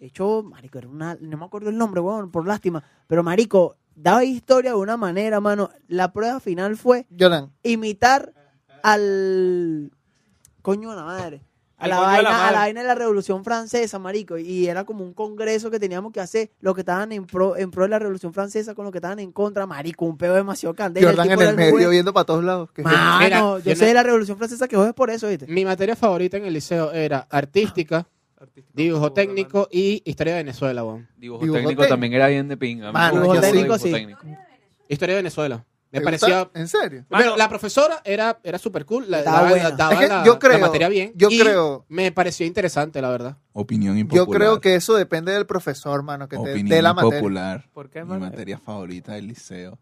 Hecho, marico, era una, no me acuerdo el nombre, weón, por lástima. Pero marico, daba historia de una manera, mano. La prueba final fue
Jordan,
imitar al coño de la madre. a
El
la,
coño de
vaina,
la
a
madre.
la vaina de la Revolución Francesa, marico. Y era como un congreso que teníamos que hacer los que estaban en pro, en pro de la Revolución Francesa con los que estaban en contra, marico. Un peo demasiado candente.
Jordan en el medio viendo para todos lados. que-
Mira,
Mano,
yo
yo sé
no-
de la Revolución Francesa que jodes por eso,
Este.
¿viste?
Mi materia favorita en el liceo era
Ah,
artística,
Artístico,
dibujo
seguro,
técnico y historia de Venezuela, weón.
Dibujo,
Dibujo
técnico
técnico.
también era bien de pinga. A mí me
Mano,
yo
gustaba
sí. Técnico,
dibujo
sí.
técnico.
Historia de Venezuela. Me
¿Te
parecía.
gusta? ¿En serio?
Mano.
Pero la profesora era, era súper cool. La,
Estaba
daba-
buena.
daba
Es que
la,
yo creo-
la materia bien.
yo
y
creo-
Me pareció interesante, la verdad.
Opinión
Yo
impopular.
creo que eso depende del profesor, mano, que te
Opinión
dé la materia.
impopular.
¿Por qué,
Mi
mano?
materia favorita del liceo.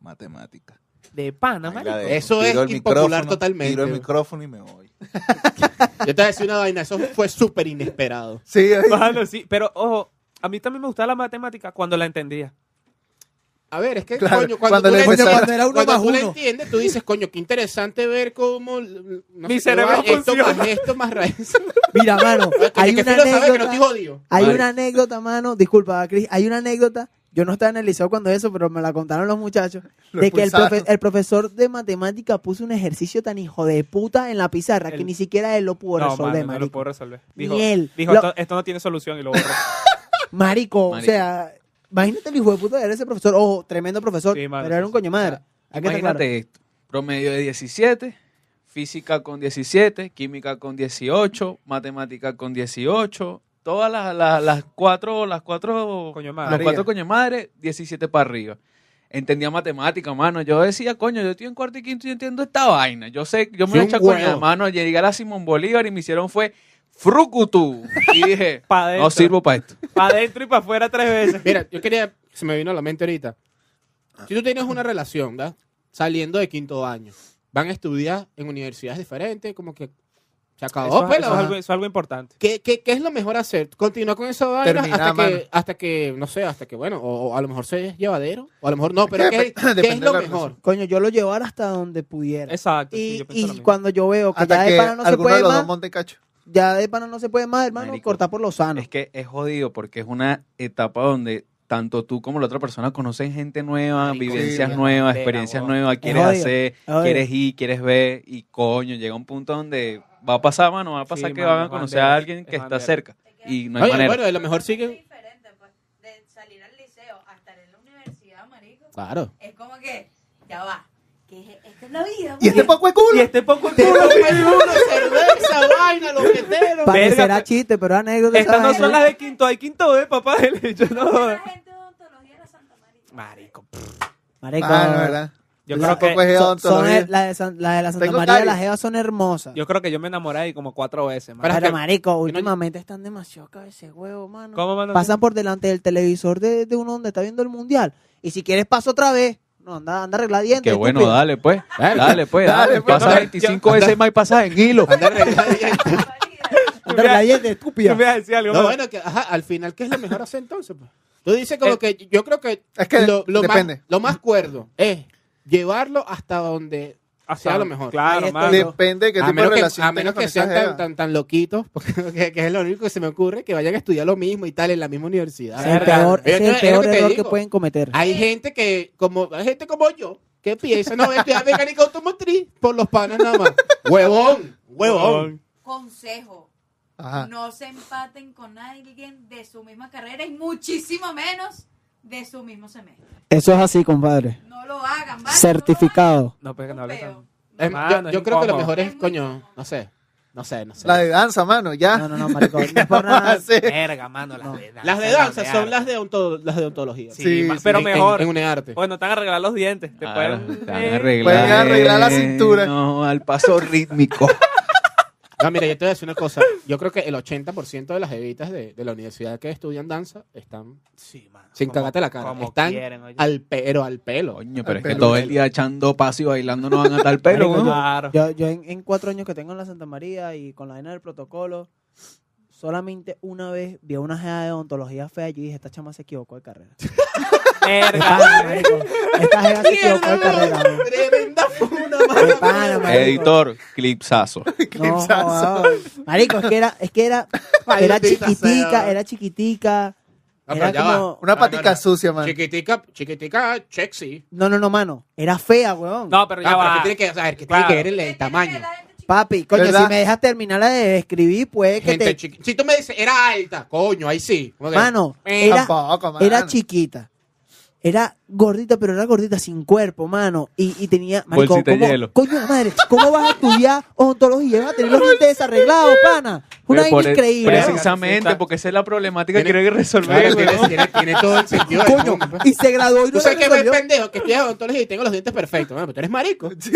Matemática.
De pana,
Ahí la
marico.
dejo.
Eso es
Tiro el
impopular
micrófono,
totalmente.
Tiro el micrófono y me voy.
Yo te voy a decir una vaina, eso fue súper inesperado.
Sí, ahí-
Mano, sí, pero ojo, a mí también me gustaba la matemática cuando la entendía.
A ver, es que,
Claro,
coño, cuando,
cuando
tú
le
le
empezaron-
entiendes-
Cuando
era uno
cuando
más
tú le
uno.
entiendes, tú dices, coño, qué interesante ver cómo... no
Mi
qué
cerebro
va, esto
funciona.
más esto más raíz.
Mira, mano, hay
que
una
filo sabe que no
anécdota.
estoy jodido.
Hay
Vale.
una anécdota, mano. Disculpa, Cris. Hay una anécdota. Yo no estaba en el liceo cuando eso, pero me la contaron los muchachos.
Lo
de que el,
expulsaron.
profe- eh, el profesor de matemática puso un ejercicio tan hijo de puta en la pizarra que
El-
ni siquiera él lo pudo
no,
resolver,
mano, no lo
marico.
puedo resolver. Dijo,
Ni él.
dijo
Lo-
esto, esto no tiene solución y lo borró.
marico, o
Marico.
sea, imagínate el hijo de puta de ese profesor. Ojo, tremendo profesor,
Sí, mano,
pero
sí,
era un
sí.
coño madre.
O sea,
Hay que estar claro.
Imagínate esto. Promedio de 17, física con 17, química con 18, matemática con 18, todas las, las, las cuatro, las cuatro,
Coño de
los
madre.
cuatro coño de madre, 17 para arriba. Entendía matemática, mano. Yo decía, coño, yo estoy en cuarto y quinto y yo entiendo esta vaina. Yo sé, yo me
Sí,
la
un
echa coño de
huevo.
mano. Llegué a la Simón Bolívar y me hicieron fue frucutú. Y dije,
Pa'
no
dentro.
sirvo para esto.
Para adentro y para afuera tres veces.
Mira, yo quería, se me vino a la mente ahorita.
Ah.
Si tú tienes una relación, ¿verdad? Saliendo de quinto año, van a estudiar en universidades diferentes, como que se acabó.
Eso,
pues,
eso
la-
es algo, eso es algo importante.
¿Qué, qué, qué es lo mejor hacer? Continuar con esa vaina
Terminar,
hasta
mano.
que, hasta que, no sé, hasta que, bueno, o, o a lo mejor se es llevadero, o a lo mejor no, pero ¿qué,
Dep-
qué es
depende
lo
de la
mejor?
Coño, yo lo llevara hasta donde pudiera.
Exacto. sí,
Y,
yo pienso
y
lo mismo.
cuando yo veo que ya
Hasta
de
que
pana no se
alguno
puede
de los
más,
dos monte cacho.
ya de pana no se puede más, hermano,
Marico.
cortar por lo sano.
Es que es jodido porque es una etapa donde tanto tú como la otra persona conocen gente nueva,
Marico,
vivencias
sí,
nuevas,
de
experiencias
labor.
nuevas, quieres
jodido,
hacer,
es jodido.
quieres ir, quieres ver y coño, llega un punto donde va a pasar, mano, va a pasar
Sí,
que
mano,
van a
es
conocer
bandera,
a alguien que
es
está
bandera.
cerca y no hay
Oye,
manera.
bueno, a lo mejor siguen.
diferente, pues, de salir al liceo hasta ir a la universidad, marico.
Claro.
Es como que, ya va, que es- esta es la vida,
Y este
pues.
poco es culo.
Y este poco
Uno,
culo. pues,
cerveza, vaina, los meteros.
Parecerá
Verga,
chiste, pero es anécdota. esa
Estas no
vaina.
son las de quinto. Hay quinto de papá. Yo no.
La gente de odontología de la Santa María.
Marico.
Marico,
Ah, no, ¿verdad?
Yo
La-
creo,
Tampoco
que,
es
son- son
odontología.
el- la, de San- la de la Santa
Tengo
María de las
caries.
Evas son hermosas.
yo creo que yo me enamoré ahí como cuatro veces. mano.
Pero
pero,
es que-
marico, últimamente están demasiado cabece huevo, mano.
¿Cómo, mano?
Pasan por delante del televisor de, de uno donde está viendo el mundial. Y si quieres, paso otra vez. No, anda, anda a arreglar dientes.
Qué bueno,
estúpido.
dale pues, dale pues,
Dale,
dale,
pues,
pasa
dale.
25
Yo-
veces más y pasa en hilo.
Anda a arreglar dientes,
Yo
estúpida.
voy a decir algo.
No,
mano.
bueno, que, ajá, al final, ¿qué es lo mejor hacer entonces? pues? Tú dices
Eh,
como que yo creo que,
es que
lo, lo
depende.
Más, lo más cuerdo es llevarlo hasta donde
Hasta-
sea lo mejor.
Ahí
Ah, Claro,
está.
mano.
Depende de qué
a
tipo de
menos, que,
relación
a menos
tengas con
que
esa
sean tan,
jeva.
tan, tan loquitos, porque que, que es lo único que se me ocurre, que vayan a estudiar lo mismo y tal en la misma universidad.
Ese es el
Verga.
peor,
Yo
ese es el
creo- es
peor
lo que te
error que
digo. Ah.
pueden cometer.
Hay gente que, como, hay gente como yo, que piensa, no, voy a estudiar mecánica automotriz por los panas nada más. huevón, huevón.
Consejo.
Ajá.
No se empaten con alguien de su misma carrera y muchísimo menos de su mismo semestre.
Eso es así, compadre.
No lo hagan, ¿vale?
Certificado.
No, pues que no
No lo
hable
hagan.
tan-
Un peo.
Em,
Mano,
yo
es
yo creo que lo
incómodo.
mejor es,
Es muy
coño,
incómodo.
no sé, no sé, no sé.
La de danza, mano, ya.
No, no, no, marico. No es por
Vamos a
nada.
hacer.
Verga, mano. Las
No.
de danza.
Las de danza son las de, onto- las de ontología.
Sí,
Sí,
ma-
sí.
pero
En- en-
mejor.
En, un arte.
Bueno, te van a arreglar los dientes.
Ah,
Te
Claro,
pueden-
te van a
Pueden arreglar la cintura.
No, al paso rítmico.
No, Ah, mira, yo te voy a decir una cosa. Yo creo que el 80% de las evitas de, de la universidad que estudian danza están
Sí, mano.
Sin
Como-
cagarte la cara.
como
Están
quieren, oye.
al pero al pelo.
Coño, pero
Al
es que
pelo,
todo
al
el día echando paso y bailando no van a tal pelo,
Marico,
¿no?
Claro.
Yo, yo en, en cuatro años que tengo en la Santa María y con la vaina del protocolo, solamente una vez vi a una jeva de odontología fea y yo dije, esta chama se equivocó de carrera. De
Verga.
Ah,
pana, marico. Esta jeva se equivocó de carrera. bro.
Tremenda funa,
De pana, marico.
Editor, clipsazo.
No, ah.
Clipsazo.
joder. marico, es que era, es que era, era
Maldita sea.
chiquitica, era chiquitica.
No,
Era
Ah, pero ya va.
como-
Una
No,
patica
no, no.
sucia, mano.
Chiquitica, chiquitica, sexy.
No, no, no, mano. Era fea, weón.
No, pero ya
Ah, pero
va.
¿qué tiene que, a ver, ¿qué
Claro.
tiene que ver el,
Tiene
el
que
tamaño?
la gente
Papi, coño,
¿Verdad?
si me dejas terminar la de escribir, puede que
Gente
te...
chiqui- Si tú me dices, era alta, coño, ahí sí. Como que-
Mano,
Eh,
era,
Tampoco, mano.
era chiquita. Era gordita, pero era gordita sin cuerpo, mano. Y, y tenía.
Bolsita de
¿cómo-
hielo.
Coño de la madre, ¿cómo vas a estudiar odontología? Vas a tener los dientes desarreglados, pana. Una
Por-
vaina increíble.
eso-
Precisamente, porque esa es la problemática que
Tiene-
quiero resolver.
Claro, tiene,
weón.
tiene- tiene todo el sentido. del
Coño,
mundo.
y se graduó y no
Tú sabes
la
que ves
resolvió.
pendejo que estudias odontología y tengo los dientes perfectos. Mano, pero tú eres marico.
Sí.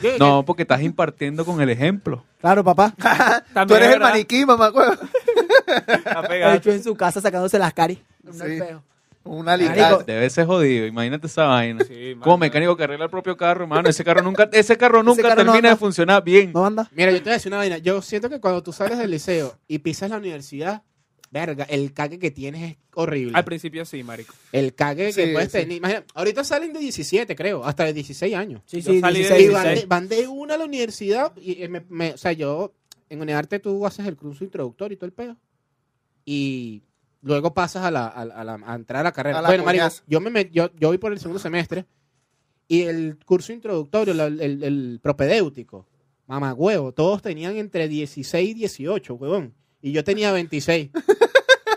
¿Qué-
No, porque estás impartiendo con el ejemplo.
Claro, papá.
También
Tú eres
es
el
verdad,
maniquí, mamá, huevo.
está
De
pegado.
hecho, en su casa sacándose las caries.
Sí. Un alicate.
Marico.
Debe ser jodido, imagínate esa vaina.
Sí, mano.
Como mecánico que arregla el propio carro, hermano. Ese carro nunca, ese carro nunca
carro no
termina
anda.
de funcionar bien.
¿No anda?
Mira, yo te voy a decir una vaina. Yo siento que cuando tú sales del liceo y pisas la universidad, verga, el cague que tienes es horrible.
Al principio sí, marico.
El cague que
Sí,
puedes
sí.
tener. Imagina, ahorita salen de 17, creo, hasta de 16 años.
Sí,
Yo
sí,
salí de
16.
Y van de,
16.
van de una a la universidad. Y eh, me- me- o sea, yo, en UNEARTE tú haces el curso introductorio y todo el pedo. Y luego pasas a, la, a, la- a la- a entrar a la carrera.
A la
bueno, marico,
coñazo.
yo, me, met- yo, yo voy por el segundo semestre. Y el curso introductorio, la- el, el propedéutico, mamá huevo, todos tenían entre 16 y 18, huevón. Y yo tenía 26.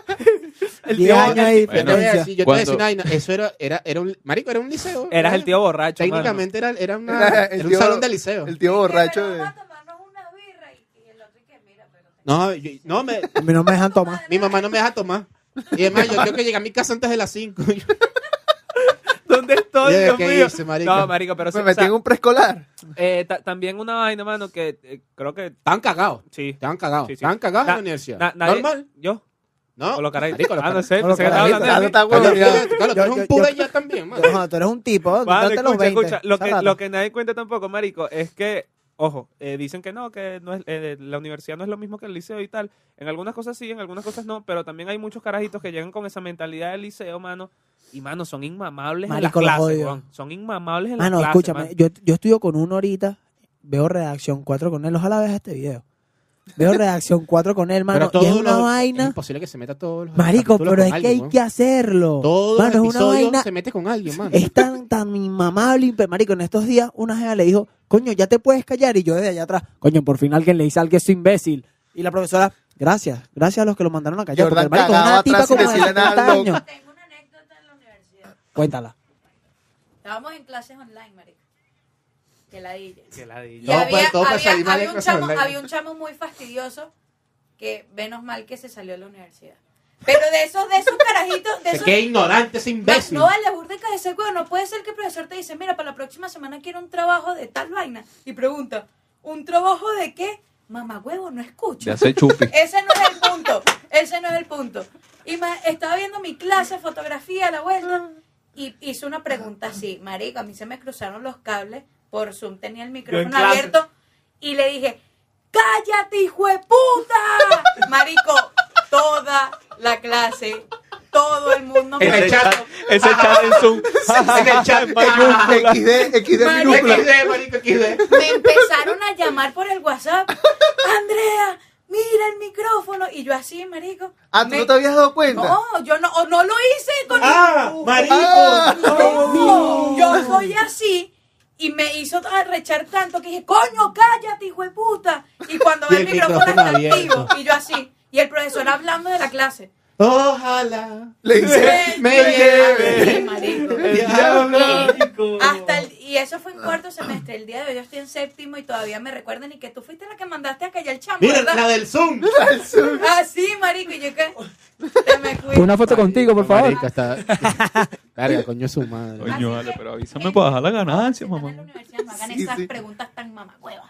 10 años ahí,
Yo te voy a
diferencia.
decir, yo te voy a decir
Cuando-
una vaina, Eso era, era, era un, marico, era un liceo.
Eras el tío borracho. mano.
Técnicamente era, era, una,
Era
era,
el
un
tío-
salón de liceo.
El tío borracho de.
Vamos a tomarnos una birra y, y el otro y que mira, pero...
No, yo- no me,
A mí no me dejan tomar.
mi mamá no me deja tomar. Y además, yo tengo que llegar a mi casa antes de las 5.
¿Dónde estoy,
Yeah,
Dios
¿qué
mío?
hice, marico?
No, marico, pero sí,
Me
o
metí
sea,
en un preescolar.
eh, ta- también una vaina, mano, que eh, creo que
Estaban cagados.
sí.
Estaban cagados.
Sí, sí.
Estaban cagados en
Na-
la universidad.
Na- nadie-
Normal.
¿Yo?
No.
¿O los caray?
Marico, los
ah, no
caray.
sé,
Con los
pensé que estaba
carajitos.
hablando de
Claro,
mí.
está
Coño,
huevo,
Claro, tú
Yo-
eres
yo-
un pura
yo-
ya también, mano.
No, tú eres un tipo. ¿dónde
Vale,
están los
escucha,
20?
escucha. Lo que,
Sácalo.
lo que nadie cuenta tampoco, marico, es que, ojo, eh, dicen que no, que no es, eh, la universidad no es lo mismo que el liceo y tal. En algunas cosas sí, en algunas cosas no, pero también hay muchos carajitos que llegan con esa mentalidad del liceo, mano. Y, mano, son inmamables
Marico,
en
los
las clases,
odio.
weón. Son inmamables en las
Mano,
clases,
Ah, escúchame,
mano.
yo, yo estudio con uno ahorita, veo redacción 4 con él, ojalá veas este video. Veo redacción 4 con él, mano, y es
todos
una
los- Es
vaina.
imposible que se meta todos los.
Marico,
capítulos
pero
con
es que
alguien,
hay
weón.
que hacerlo.
Todos
Mano, es
los
una
episodios
vaina,
se mete con alguien, mano.
es tan, tan inmamable, impe- marico, en estos días una jefa le dijo, coño, ya te puedes callar, y yo desde allá atrás, coño, por fin alguien le dice algo que es imbécil. Y la profesora, gracias, gracias a los que lo mandaron a callar, porque
Jordan
el marico es
cagaba
una tipa
atrás sin
como de
decirle nada al
70
loco.
años.
Tengo una anécdota en la universidad.
Cuéntala.
Estábamos en clases online, marica. Que la dije.
Que la di-
Y
No,
había,
pues, todo para
había-
salir mal
había
en
un
clases
chamo,
online.
había un chamo muy fastidioso que menos mal que se salió de la universidad. Pero de esos, de esos carajitos, de
Se
esos...
queda ignorante, ese imbécil.
No vale burdeca de ese huevo. No puede ser que el profesor te dice, mira, para la próxima semana quiero un trabajo de tal vaina. Y pregunta, ¿un trabajo de qué? Mamá huevo, no escucho.
Ya se chupi.
Ese no es el punto. Ese no es el punto. Y ma- estaba viendo mi clase, fotografía, a la vuelta, y hice una pregunta así, marico, a mí se me cruzaron los cables, por Zoom tenía el micrófono
clase.
abierto, y le dije, cállate, hijo de puta. Marico, toda la clase, todo el mundo me
En el chat.
Ese chat en Zoom.
En el chat. Ah,
XD, XD
Marico.
minúscula.
XD, marico, XD.
me empezaron a llamar por el WhatsApp. Andrea, mira el micrófono. Y yo así, marico.
Ah, ¿tú
me-
no te habías dado cuenta?
No, yo no, o no lo hice con
¡Ah!
ningún-
¡Marico!
Ah.
No, yo soy así. Y me hizo arrechar tanto que dije, coño, cállate, hijo de puta. Y cuando
Y
ve el,
el
micrófono,
micrófono
está activo.
abierto.
Y yo así. Y el profesor hablando de la clase.
Ojalá.
Le hice.
me
lleve. Marico.
El diablo.
Hasta el- y eso fue en cuarto semestre. El día de hoy yo estoy en séptimo y todavía me recuerdan y que tú fuiste la que mandaste a callar el chamo,
Mira,
¿verdad?
la del Zoom.
Ah, sí, marico, y yo que te me cuido.
Una foto contigo, por favor.
Marica, está... Verga, coño su madre.
Así
Coño, vale,
que-
pero avísame para bajar la ganancia,
Están en la
mamá.
universidad, no hagan
Sí,
esas
sí.
preguntas tan mamacuevas.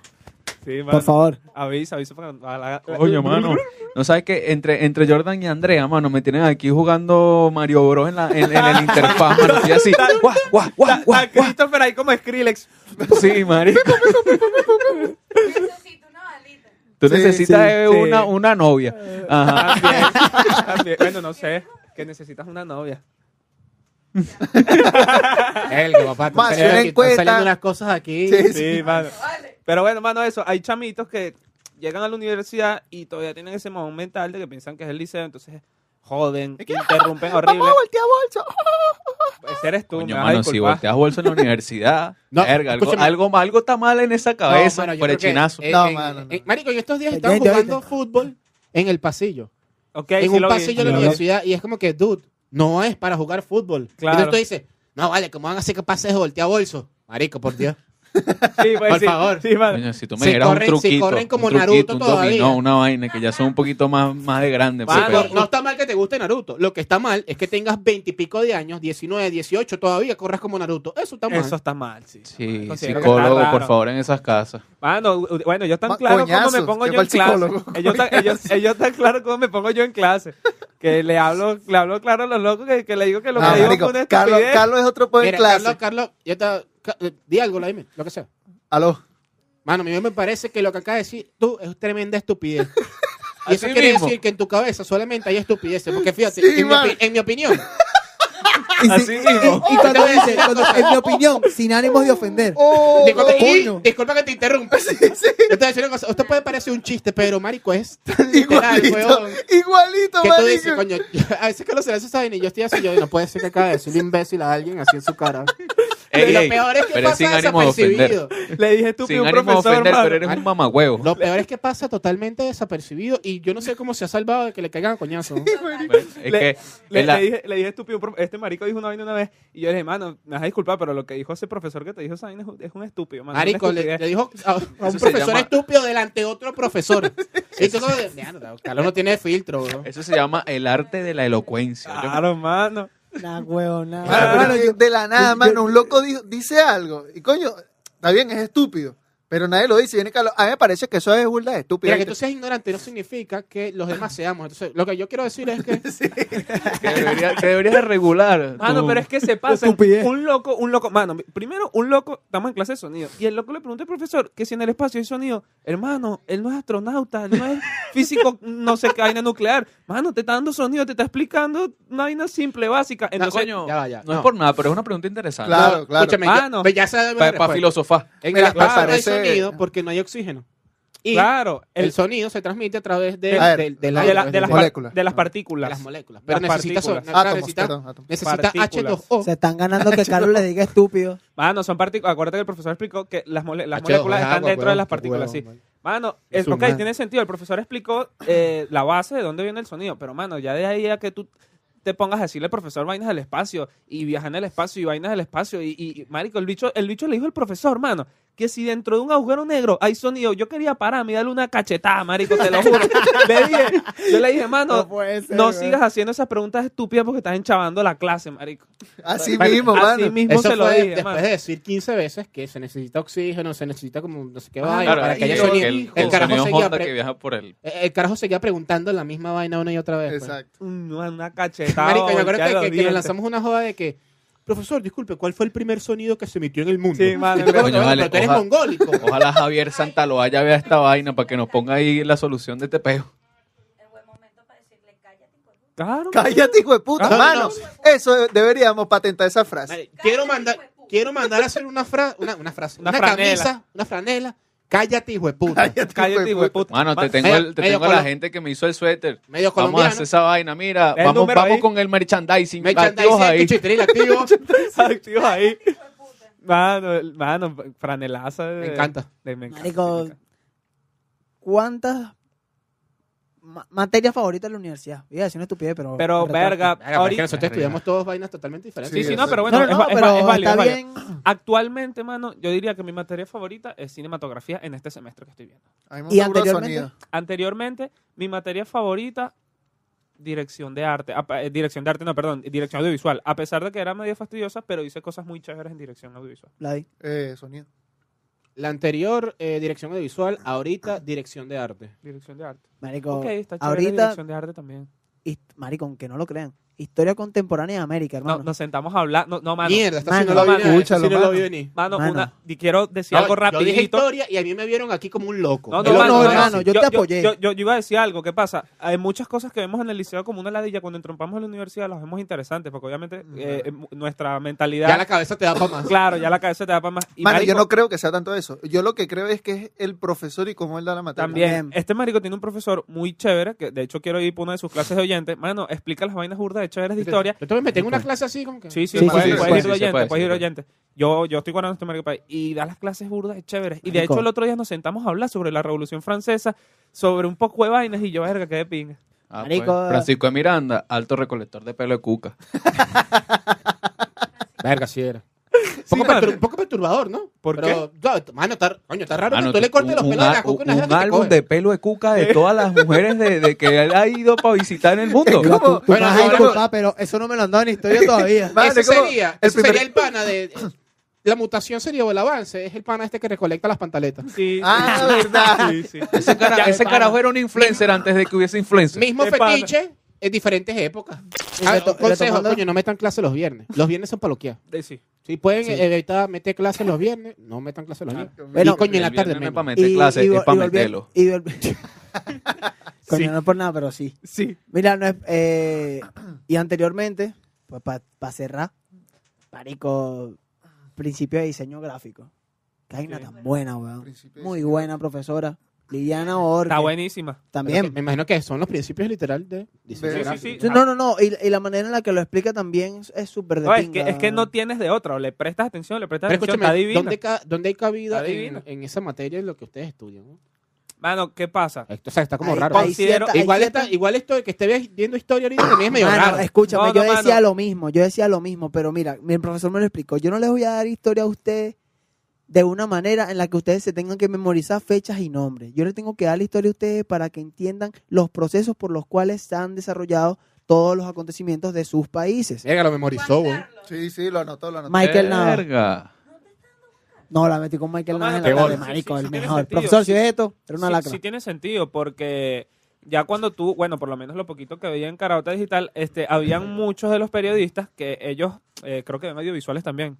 Sí, mano.
Por favor.
Avisa, avisa. para- a la-
Coño, mano. No sabes que entre, entre Jordan y Andrea, mano, me tienen aquí jugando Mario Bros en, la, en, en el interfaz, mano. Estoy así. Guau, guau, guau, guau,
A Christopher ahí como Skrillex.
guau. Sí, marico.
Necesito una balita.
Tú
Sí,
necesitas
sí,
eh,
sí.
Una, una novia. Ajá.
También, también. Bueno, no sé. Que necesitas una novia.
El que papá,
Más,
están
ten en
saliendo, están
cuenta-
saliendo unas cosas aquí.
Sí, sí.
Sí, mano.
Vale.
Pero bueno, mano, eso. Hay chamitos que llegan a la universidad y todavía tienen ese momento mental de que piensan que es el liceo. Entonces, joden, interrumpen horrible.
voltea bolso!
Ese eres tú, me
Coño,
vas a
mano, si
disculpar.
volteas bolsa en la universidad,
No,
verga, algo,
escúchame.
algo, algo está mal en esa cabeza,
mano, yo creo que eh,
prechinazo.
en-
No,
en-
mano, no.
en- marico, yo estos días
Ya,
estaba
ya, ya,
jugando
ya.
fútbol en el pasillo.
Ok, sí
en un
lo vi, sí
pasillo de
lo
la
vi.
universidad y es como que, dude, no es para jugar fútbol.
Claro.
Entonces tú dices, no, vale, ¿cómo van a ser capaces de voltear bolso? Marico, por Dios.
Sí, pues,
Por
sí,
favor.
sí, mano.
Coño, si tú me
Si
dieras
corren-
un
si
truquito,
corren como
un truquito,
Naruto
un
todavía.
dominó, una vaina que ya son un poquito más, más de grande. pues,
Mano,
pero-
No está mal que te guste Naruto. Lo que está mal es que tengas veintipico de años, 19, 18, todavía corras como Naruto. Eso está mal.
Eso está mal, sí. Considero
Sí,
que está
psicólogo,
raro.
por favor, en esas casas.
Mano, u- u- bueno, yo tan
Ma-
claro cómo me
coñazos,
pongo
que
yo
para
en
el
clase.
psicólogo,
Ellos tan, ellos, ellos tan claro cómo me pongo yo en clase. Que le hablo, le hablo claro a los locos que, que le digo que lo
Ah,
que digo
marico,
es una
Carlos,
estupidez.
Carlos es otro poder
este Mira,
clase.
Carlos, Carlos, ya está. Ca- eh, Di algo, la dime, lo que sea.
Aló.
Mano, a mí me parece que lo que acaba de decir tú es tremenda estupidez. Y eso
Así
quiere
mismo.
decir que en tu cabeza solamente hay estupideces. Porque fíjate,
Sí,
en, mi,
mano.
opi- en mi opinión,
Y, si-
Así mismo.
y cuando dice, cuando- en mi opinión, sin ánimos de ofender.
disculpa, y-
coño.
disculpa que te interrumpa. Yo te voy a decir una cosa. Usted puede parecer un chiste, pero Marico es tan literal,
Igualito,
weón.
igualito,
Que tú dices,
marico.
coño, a veces que los se saben y yo estoy así, yo no puede ser que acabe de decirle imbécil a alguien así en su cara.
Ey,
y lo
ey,
peor es que
pero es
pasa
sin ánimo de ofender.
desapercibido.
Le dije estúpido
Sin
a un
ánimo de
profesor,
ofender,
mano.
pero eres un mamagüevo.
Lo peor es que pasa totalmente desapercibido y yo no sé cómo se ha salvado de que le caigan a coñazo.
Bueno, Pues, es
Le-
que
Le,
es la-
le dije, le dije estúpido, profe- este marico dijo una vaina una vez y yo le dije, mano, me vas a disculpar, pero lo que dijo ese profesor que te dijo esa vaina es un- es un estúpido, mano. es una
Marico, le,
estupidez".
le dijo a, a un
se
profesor
llama-
estúpido delante de otro profesor. y tú como de, "Mierda, Carlos no tiene filtro, bro".
eso se llama el arte de la elocuencia. Yo-
Claro, mano.
Nah, weón, nah.
Mano, pero
Mano,
es
yo-
que Ah, de la nada,
yo-
mano, un loco dijo- dice algo. Y coño, está bien, es estúpido. Pero nadie lo dice. Viene Carlos. A mí me parece que eso es burda de estúpido.
Mira, que tú seas ignorante no significa que los demás seamos. Entonces, lo que yo quiero decir es que
que debería- que deberías de regular.
Mano,
tu-
pero es que se pasa.
Estupidez.
Un loco, un loco. Mano, primero, un loco, estamos en clase de sonido. Y el loco le pregunta al profesor que si en el espacio hay sonido, hermano, él no es astronauta, él no es físico, no sé qué vaina nuclear. Mano, te está dando sonido, te está explicando una vaina simple, básica. Entonces,
coño,
Ya va, ya.
no, es
No.
por nada, pero es una pregunta interesante.
Claro,
No,
claro.
Escúchame,
Mano.
yo- ya sabes mi
Para,
respuesta.
filosofar.
Pues, En
Mira,
el espacio
claro,
no hay
parece-
sonido porque no hay oxígeno. Y
claro,
el,
el,
sonido se transmite a través de,
A ver,
del- del
de,
aire,
la-
a través
de las,
de-
par-
moléculas.
de las
de
partículas.
las moléculas. Pero
Las
necesitas
partículas.
sonido,
Átomos,
necesitas-
Ah, perdón, átomos.
necesitas
Partículas.
H2O.
se están ganando que Carlos le diga estúpido.
Mano, son partículas. Acuérdate que el profesor explicó que las, mole- las
H2O,
moléculas
es
están
agua,
dentro de
huevón,
las partículas, sí.
huevón, man.
Mano,
Es
es,
un
ok,
man.
tiene sentido. El profesor explicó eh, la base de dónde viene el sonido, pero mano, ya de ahí a que tú te pongas a decirle al profesor vainas del espacio y viajar en el espacio y vainas del espacio y, y- y, marico, el bicho, el bicho le dijo al profesor, mano, que si dentro de un agujero negro hay sonido, yo quería pararme y darle una cachetada, marico, te lo juro. le dije, yo le dije, mano, no,
puede ser, weón.
sigas haciendo esas preguntas estúpidas porque estás enchavando la clase, marico.
Así mismo,
Así
mano.
mismo
Eso
se lo
fue
dije,
después
mano.
de decir 15 veces que se necesita oxígeno, se necesita como no sé qué
Ah,
vaina
Claro,
para que
y
haya
el,
yo-
sonido.
el-
El,
el
carajo
sonido
seguía
Honda
pre-
que viaja por el...
eh, el carajo seguía preguntando la misma vaina una y otra vez. pues.
Exacto.
Mm, Una cachetada.
Marico, yo creo
voltear
que,
los
que- que nos
dientes.
lanzamos una joda de que, profesor, disculpe, ¿cuál fue el primer sonido que se emitió en el mundo?
Sí, mano,
Y tú como que,
Coño,
"Bueno,
vale,
pero tú eres
ojalá-
mongólico.
Ojalá Javier Santaloaya vea esta vaina para que nos ponga ahí la solución de este peo.
El buen momento para decirle, cállate, hijo de puta.
Claro.
Cállate, hijo de puta,
No, no,
mano.
no.
Eso eh, deberíamos patentar esa frase.
Madre, quiero, mandar, quiero mandar a hacer una, fra- una, una frase,
Una
una,
franela.
camisa, una franela. Cállate, hijo de puta.
Cállate, hijo de puta.
Mano, te
Ma-
tengo,
medio-
el- te
medio
tengo a la
colo-
gente que me hizo el suéter.
Medio
Vamos a
colombiano.
hacer esa vaina. Mira,
Ve el
vamos,
número
vamos
ahí.
con el merchandising. Activos
Merchandising,
ahí.
cuchitril activo.
Activo ahí.
Hijo de puta.
Mano, el- mano, franelaza. de-
Me encanta.
de- me encanta, me
Marico,
encanta.
¿cuántas ma- materias favoritas de la universidad? Iba a decir una estupidez, pero.
Pero, verga,
Verga, pero es que
ahorita...
nosotros estudiamos todos vainas totalmente diferentes.
Sí, sí,
Sí,
no,
eso.
pero bueno,
no,
es,
no,
va-
no,
es
pero
va- es válido,
está
es válido.
bien.
Actualmente, mano, yo diría que mi materia favorita es cinematografía en este semestre que estoy viendo.
A mí me
Y
gusta puro
anteriormente-
sonido.
Anteriormente, mi materia favorita, dirección de arte. Ah, pa- eh, dirección de arte, no, perdón, dirección audiovisual. A pesar de que era medio fastidiosa, pero hice cosas muy chéveres en dirección audiovisual.
La vi.
Eh, sonido.
La anterior, eh, dirección audiovisual, ahorita, dirección de arte.
Dirección de arte.
Marico,
Ok, está chévere
ahorita,
dirección de arte también.
y- marico, aunque no lo crean, Historia contemporánea de América,
No,
hermano.
nos sentamos a hablar. No, no mano.
Mierda, esta sí
Mano,
no la vi
mano.
venir. sí
Escúchalo,
no la vi
mano.
venir.
Mano,
Mano.
una- di- quiero decir
No,
algo
Yo dije
rapidito.
historia y a mí me vieron aquí como un loco.
No,
Yo
no, mano,
no,
no,
hermano,
no.
yo te apoyé.
Yo, yo- yo iba a decir algo, ¿qué pasa? Hay muchas cosas que vemos en el liceo como una ladilla, cuando entrompamos en la universidad las vemos interesantes, porque obviamente eh, mu- nuestra mentalidad...
ya la cabeza te da para más.
Claro, ya la cabeza te da para más. Y
Mano, yo
marico,
no creo que sea tanto eso. Yo lo que creo es que es el profesor y cómo él da la materia.
también,
También.
este marico tiene un profesor muy chévere, que de hecho quiero ir por una de sus clases de oyente. Mano, explica las vainas burdas de chéveres de historia.
Yo también me tengo una clase así como que.
Sí, sí,
Sí,
puedes,
sí, sí,
puedes ir
sí,
de
se
oyente,
puede,
puedes
se
ir de
puede.
oyente. Yo, yo estoy guardando este marico país. Y da las clases burdas de chéveres. Y de
Marico.
hecho el otro día nos sentamos a hablar sobre la Revolución Francesa, sobre un poco de vainas, y yo, verga, qué de pinga.
Ah,
Marico.
pues, Francisco de Miranda, alto recolector de pelo de cuca.
Verga, sí era. Un
Sí,
poco,
mano.
pertur- un poco perturbador, ¿no?
¿Por
Pero, qué? Mano, está, coño, está raro
Mano,
que tú le
tú-
cortes los
un-
pelos de
un-
la coca a una
un
jeva que te
álbum
coge.
de pelo de cuca de todas las mujeres de, de que él ha ido para visitar en el mundo.
Mira, tú- tú
Bueno,
vas a
ahora-
disculpar, pero eso no me lo han dado en historia todavía.
Mano,
ese
es como
sería,
el
ese sería
primer-
el pana de... eh, La mutación sería o el avance, es el pana este que recolecta las pantaletas.
Sí.
Ah, verdad.
Sí, sí.
Ese, cara-
Ya,
ese
pana.
carajo era un influencer antes de que hubiese influencer.
Mismo
Es pana.
fetiche en diferentes épocas.
Y
Ah,
reto-
consejo,
retomando-
coño, no metan clase los viernes. Los viernes son para loquear.
Eh, sí.
Si pueden eh, evitar meter clase los viernes, no metan clase los viernes.
Bueno,
y coño, en la
El
tarde
viernes no
menos.
es para
este
meter
Y-
clases,
y vol-
es para
y volvi-
meterlo.
y volvi- Coño,
Sí.
no es por nada, pero sí.
Sí.
Mira, no es, eh, y anteriormente, pues para cerrar, marico, principio de diseño gráfico. Que hay una
Sí.
tan buena, weón.
Principio de
Muy
diseño
buena profesora. Liliana Orca.
Está buenísima.
También.
Pero que- Me imagino que son los principios literal de diseño
Sí, sí,
gráfico.
sí.
Sí, No, no, no. Y, y la manera en la que lo explica también es- es súper de
No, es que,
pinga.
es que no tienes de otra. O le prestas atención, le prestas
Pero
atención. Está
escúchame,
divina.
¿dónde, ca- dónde hay cabida
Está divina.
en, en esa materia en lo que ustedes estudian? no?
Mano, ¿qué pasa?
Esto, o sea, está como
Ahí-
raro.
ahí
Considero-
cierta- ahí
igual,
cierta-
está, igual esto que esté viendo historia ahorita también es medio
Mano,
raro.
Ah, escúchame,
No,
yo
no, mano.
decía lo mismo, yo decía lo mismo, pero mira, mi profesor me lo explicó. Yo no les voy a dar historia a ustedes de una manera en la que ustedes se tengan que memorizar fechas y nombres. Yo les tengo que dar la historia a ustedes para que entiendan los procesos por los cuales se han desarrollado todos los acontecimientos de sus países.
Verga, lo memorizó, güey.
Juan Carlos.
Sí, sí, lo anotó, lo anotó.
Michael Nava.
Verga.
No, la metí con Michael
No,
Nava en
mano,
la
peor.
tarde, marico,
Sí, sí,
el
sí, tiene
mejor.
sentido,
Profesor,
sí.
si ves esto, era una
sí,
lacra.
sí tiene sentido, porque ya cuando tú, bueno, por lo menos lo poquito que veía en Carauta Digital, este, habían muchos de los periodistas que ellos, eh, creo que en audiovisuales también,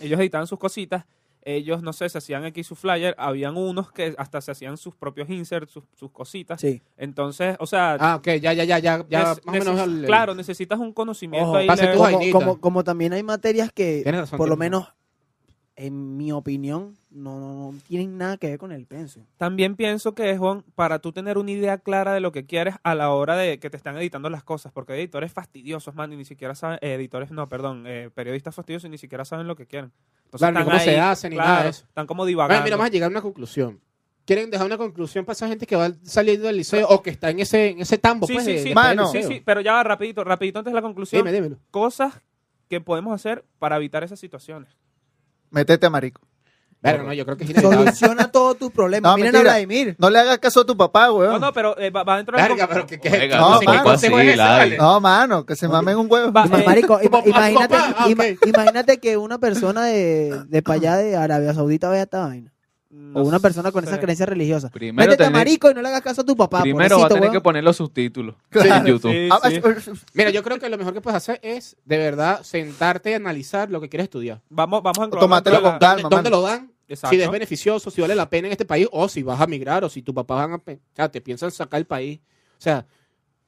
ellos editaban sus cositas, ellos, no sé, se hacían aquí su flyer, habían unos que hasta se hacían sus propios inserts, sus, sus cositas.
Sí.
Entonces, o sea,
Ah, ok, ya, ya, ya, ya, ya
nece-
más o menos.
neces-
el-
claro, necesitas un conocimiento
Ojo,
ahí.
pase
leve.
tú ahí.
como,
vainita.
como, como también hay materias que,
Tienes razón,
por lo
tienes
menos, en mi opinión, no, no- no tienen nada que ver con el penso.
También pienso que es, Juan, para tú tener una idea clara de lo que quieres a la hora de que te están editando las cosas, porque hay editores fastidiosos, man, y ni siquiera saben, eh, editores, no, perdón, eh, periodistas fastidiosos y ni siquiera saben lo que quieren. Entonces,
Claro, ni cómo se hacen ni nada de eso.
Están como
Bueno,
divagando.
mira, vamos a llegar a una conclusión. ¿Quieren dejar una conclusión para esa gente que va saliendo del liceo o que está en ese, en ese tambo?
sí,
pues,
sí,
de-
sí,
de-
Mano.
del
sí,
liceo?
sí, pero ya va, rapidito, rapidito antes de la conclusión.
Dime, dímelo.
Cosas que podemos hacer para evitar esas situaciones.
Métete a marico.
Verga, no, yo creo que es inevitable.
Soluciona todos tus problemas.
No,
Miren
mentira.
a Vladimir.
No le hagas caso a tu papá,
No,
weón.
no, pero eh, va, va dentro de la
Ah. Verga,
con-
pero que qué,
Oiga,
no,
qué
mano.
consejo es
Sí,
ese,
la-
vale?
No, mano, que se mamen un huevo.
Va,
Ma-
eh,
marico,
como
ima-
papá,
imagínate,
papá, ah,
ima-
ok.
imagínate que una persona de, de pa' allá de Arabia Saudita vea esta vaina.
no
O una persona con
sé.
esas creencias religiosas.
Primero
Métete a
tenés-
marico y no le hagas caso a tu papá.
Primero va a
pobrecito,
tener que
weón.
poner los subtítulos en
Claro.
YouTube.
Sí,
Ah,
sí.
Mira, yo creo que lo mejor que puedes hacer es, de verdad, sentarte y analizar lo que quieres estudiar.
Vamos, vamos a englobar
Tómatelo
dentro de
con
la-
calma,
¿Dónde
mano.
lo dan?
Exacto.
Si es beneficioso, si vale la pena en este país, o si vas a migrar, o si tu papá van a... pe- O sea, te piensan sacar el país. O sea,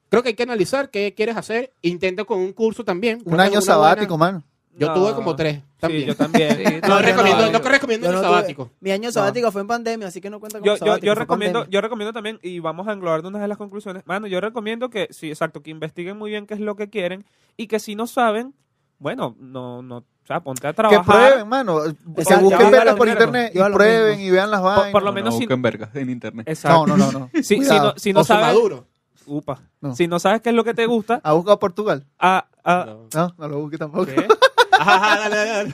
creo que hay que analizar qué quieres hacer. Intenta con un curso también. Creo
Un
que es
año
una
sabático,
buena-
mano.
Yo
No.
tuve como tres
Sí,
también.
yo también.
Sí,
no,
No, no,
recomiendo,
no,
no, recomiendo
Yo
el
no tuve-
sabático.
Mi año sabático fue en pandemia, así que no cuenta con
yo, yo,
sabático,
yo
fue
recomiendo
pandemia.
yo recomiendo también y vamos a englobar de una de las conclusiones mano yo recomiendo que sí exacto que investiguen muy bien qué es lo que quieren y que si no saben bueno no no o sea ponte a
Que
trabajar
prueben, mano. Que
ya
busquen
van a
verlas
lo
por
mismo.
internet y
Yo a lo
prueben
mismo.
y vean las vainas.
por lo
No,
menos
no
si-
busquen vergas en internet.
No,
exacto
no, no, no.
si, si
Cuidado.
no, si no
o
sabes
Maduro.
upa.
No.
si no sabes qué es lo que te gusta
¿Ha buscado Portugal?
a, a-
No, no lo busque tampoco.
¿Qué?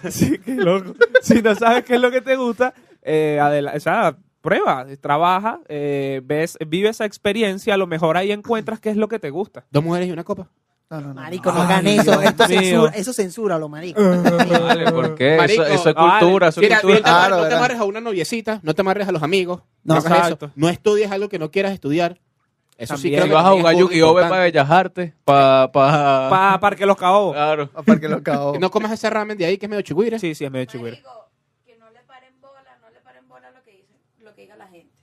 sí, qué loco. Si no sabes qué es lo que te gusta, eh, adela- o sea, prueba, trabaja, eh, ves, vive esa experiencia, a lo mejor ahí encuentras qué es lo que te gusta.
Dos mujeres y una copa.
No, no, no.
Marico, no
Ay,
hagan
Dios
eso. Esto
mío.
censura, eso censura, lo marico.
Vale, ¿por qué?
Marico,
eso, eso es
vale.
cultura, eso es
Mira,
cultura.
no
Ah,
te amarres-
Claro,
no te
¿verdad?
amarres a una noviecita, no te amarres a los amigos. No,
No,
hagas eso.
exacto.
No estudies algo que no quieras estudiar. Eso sí
También.
creo
Si
que
vas a
también
jugar
es
Yu-Gi-Oh! ve
importante.
para Bellas Artes, para... Pa,
Para Parque Los Caobos.
Claro.
Ah, Parque Los Caobos.
No comas ese ramen de ahí que es medio ¿eh? chigüire.
Sí, sí, es medio chigüero.
Marico, que no le paren bola, no le paren bola lo que dice, lo que diga la gente.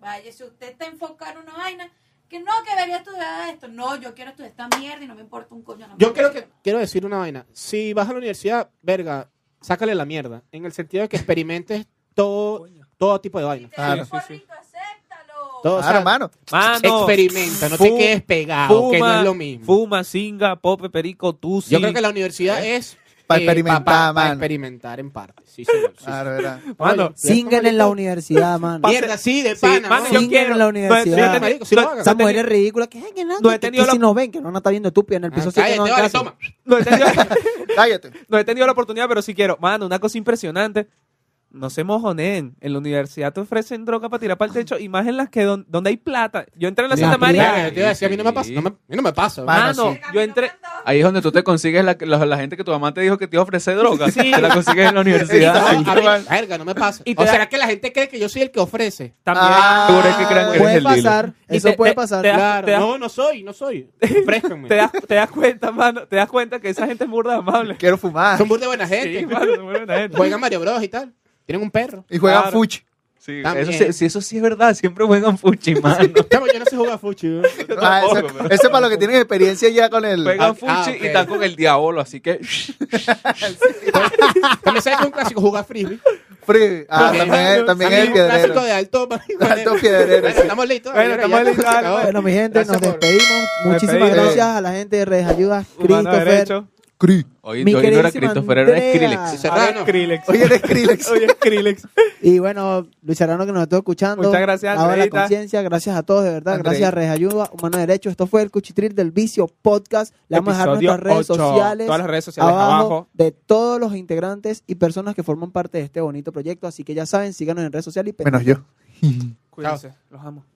Vaya, si usted está enfocado en una vaina, que no, que debería estudiar esto. No, yo quiero estudiar esta mierda y no me importa un coño. no me
Yo creo que
importa.
quiero decir una vaina. Si vas a la universidad, verga, sácale la mierda. En el sentido de que experimentes todo, todo tipo de
Si
vaina.
te da
Claro.
un porrito, acéptalo.
Todo, o
Claro,
sea,
mano.
Mano,
experimenta, no
Fu-
te quedes pegado, que no es lo mismo.
fuma, singa, pope, perico, tusi.
Yo creo que la universidad es
Pa'
eh,
experimentar,
pa- pa'
mano.
experimentar en parte. Sí, señor. sí,
Claro,
sí.
¿verdad?
Mano,
Ya está,
Singan en la
marico.
universidad, mano.
Mierda, sí, de
sí,
pana.
mano,
¿no?
yo
Singan
quiero.
en la universidad.
No, yo he tenido-
Marico, si lo
no,
hagan.
no
Esa
he
mujer
tenido-
es ridícula. Que, ay, que no,
No he
que- que
tenido la-
si nos ven, que no nos está viendo estúpida en el piso
Ah,
7.
cállate, vale, toma.
no he tenido-
Cállate.
no he tenido la oportunidad, pero sí quiero. Mano, una cosa impresionante. No se mojonen. En la universidad te ofrecen droga para tirar para el techo y más en las que don- donde hay plata. Yo entré en la
La
Santa María.
plata.
Verga, yo te iba a decir, a mí no me pasa. No me, a mí no me pasa.
Mano,
Mano,
sí.
yo entré.
Ahí es donde tú te consigues la, la, la gente que tu mamá te dijo que te iba a ofrecer droga.
Sí.
Te la consigues en la universidad.
No, a mí, verga, no me pasa.
Y te
¿O
da-
será que la gente cree que yo soy el que ofrece?
También.
Ah.
Seguro es que crean que eres
Ah, Puede
el dealer.
pasar.
Y
Eso
te-
puede
te-
pasar.
te da-
Claro.
das-
No, no soy, no soy. Ofrézcanme.
Te das, te das cuenta, mano. Te das cuenta que esa gente es burda amable.
Quiero fumar.
Son burda de buena
Sí,
gente.
mano, son buena gente.
Juegan Mario Bros y tal. Tienen un perro.
Y juegan
Claro.
fuchi.
Sí,
También.
eso, sí, sí, eso sí es verdad. Siempre juegan fuchi, mano.
Chamo, yo no sé jugar fuchi. weón.
Ah, eso,
tampoco, pero-
eso es para los que tienen experiencia ya con el.
Juegan
Ah,
fuchi
ok.
y están con el diablo, así que...
También sabes que es un clásico jugar frisbee.
Free. Ah,
Porque
también es, también
a
es
mí
el
Un
piedrero.
clásico de alto, marico,
Alto
bueno,
piedrero. sí.
estamos listos.
Bueno,
verga,
estamos
ya,
listos,
se acabó.
dale, pues.
Bueno, mi gente,
Gracias
nos
por-
despedimos. Muchísimas
Despedimos.
gracias a la gente de Redes Ayudas,
Humano
Christopher.
derecho.
Cri.
Hoy,
Mi
hoy no era
queridísima
Christopher, era
Andrea.
Skrillex.
Ahora
Serrano.
Skrillex.
Oye, eres Skrillex.
Oye, Skrillex.
Y bueno, Luciano que nos estuvo escuchando.
Muchas gracias,
Ahora la
Andreita.
conciencia, gracias a todos, de verdad.
Andreita.
Gracias a Redes Ayudas, Humano Derecho. Esto fue el Cuchitril del Vicio Podcast. Le vamos a dejar
Episodio
nuestras redes
ocho.
sociales.
Todas las redes sociales
abajo,
abajo.
de todos los integrantes y personas que forman parte de este bonito proyecto. Así que ya saben, síganos en redes sociales y
Menos yo.
Cuídense. Los amo.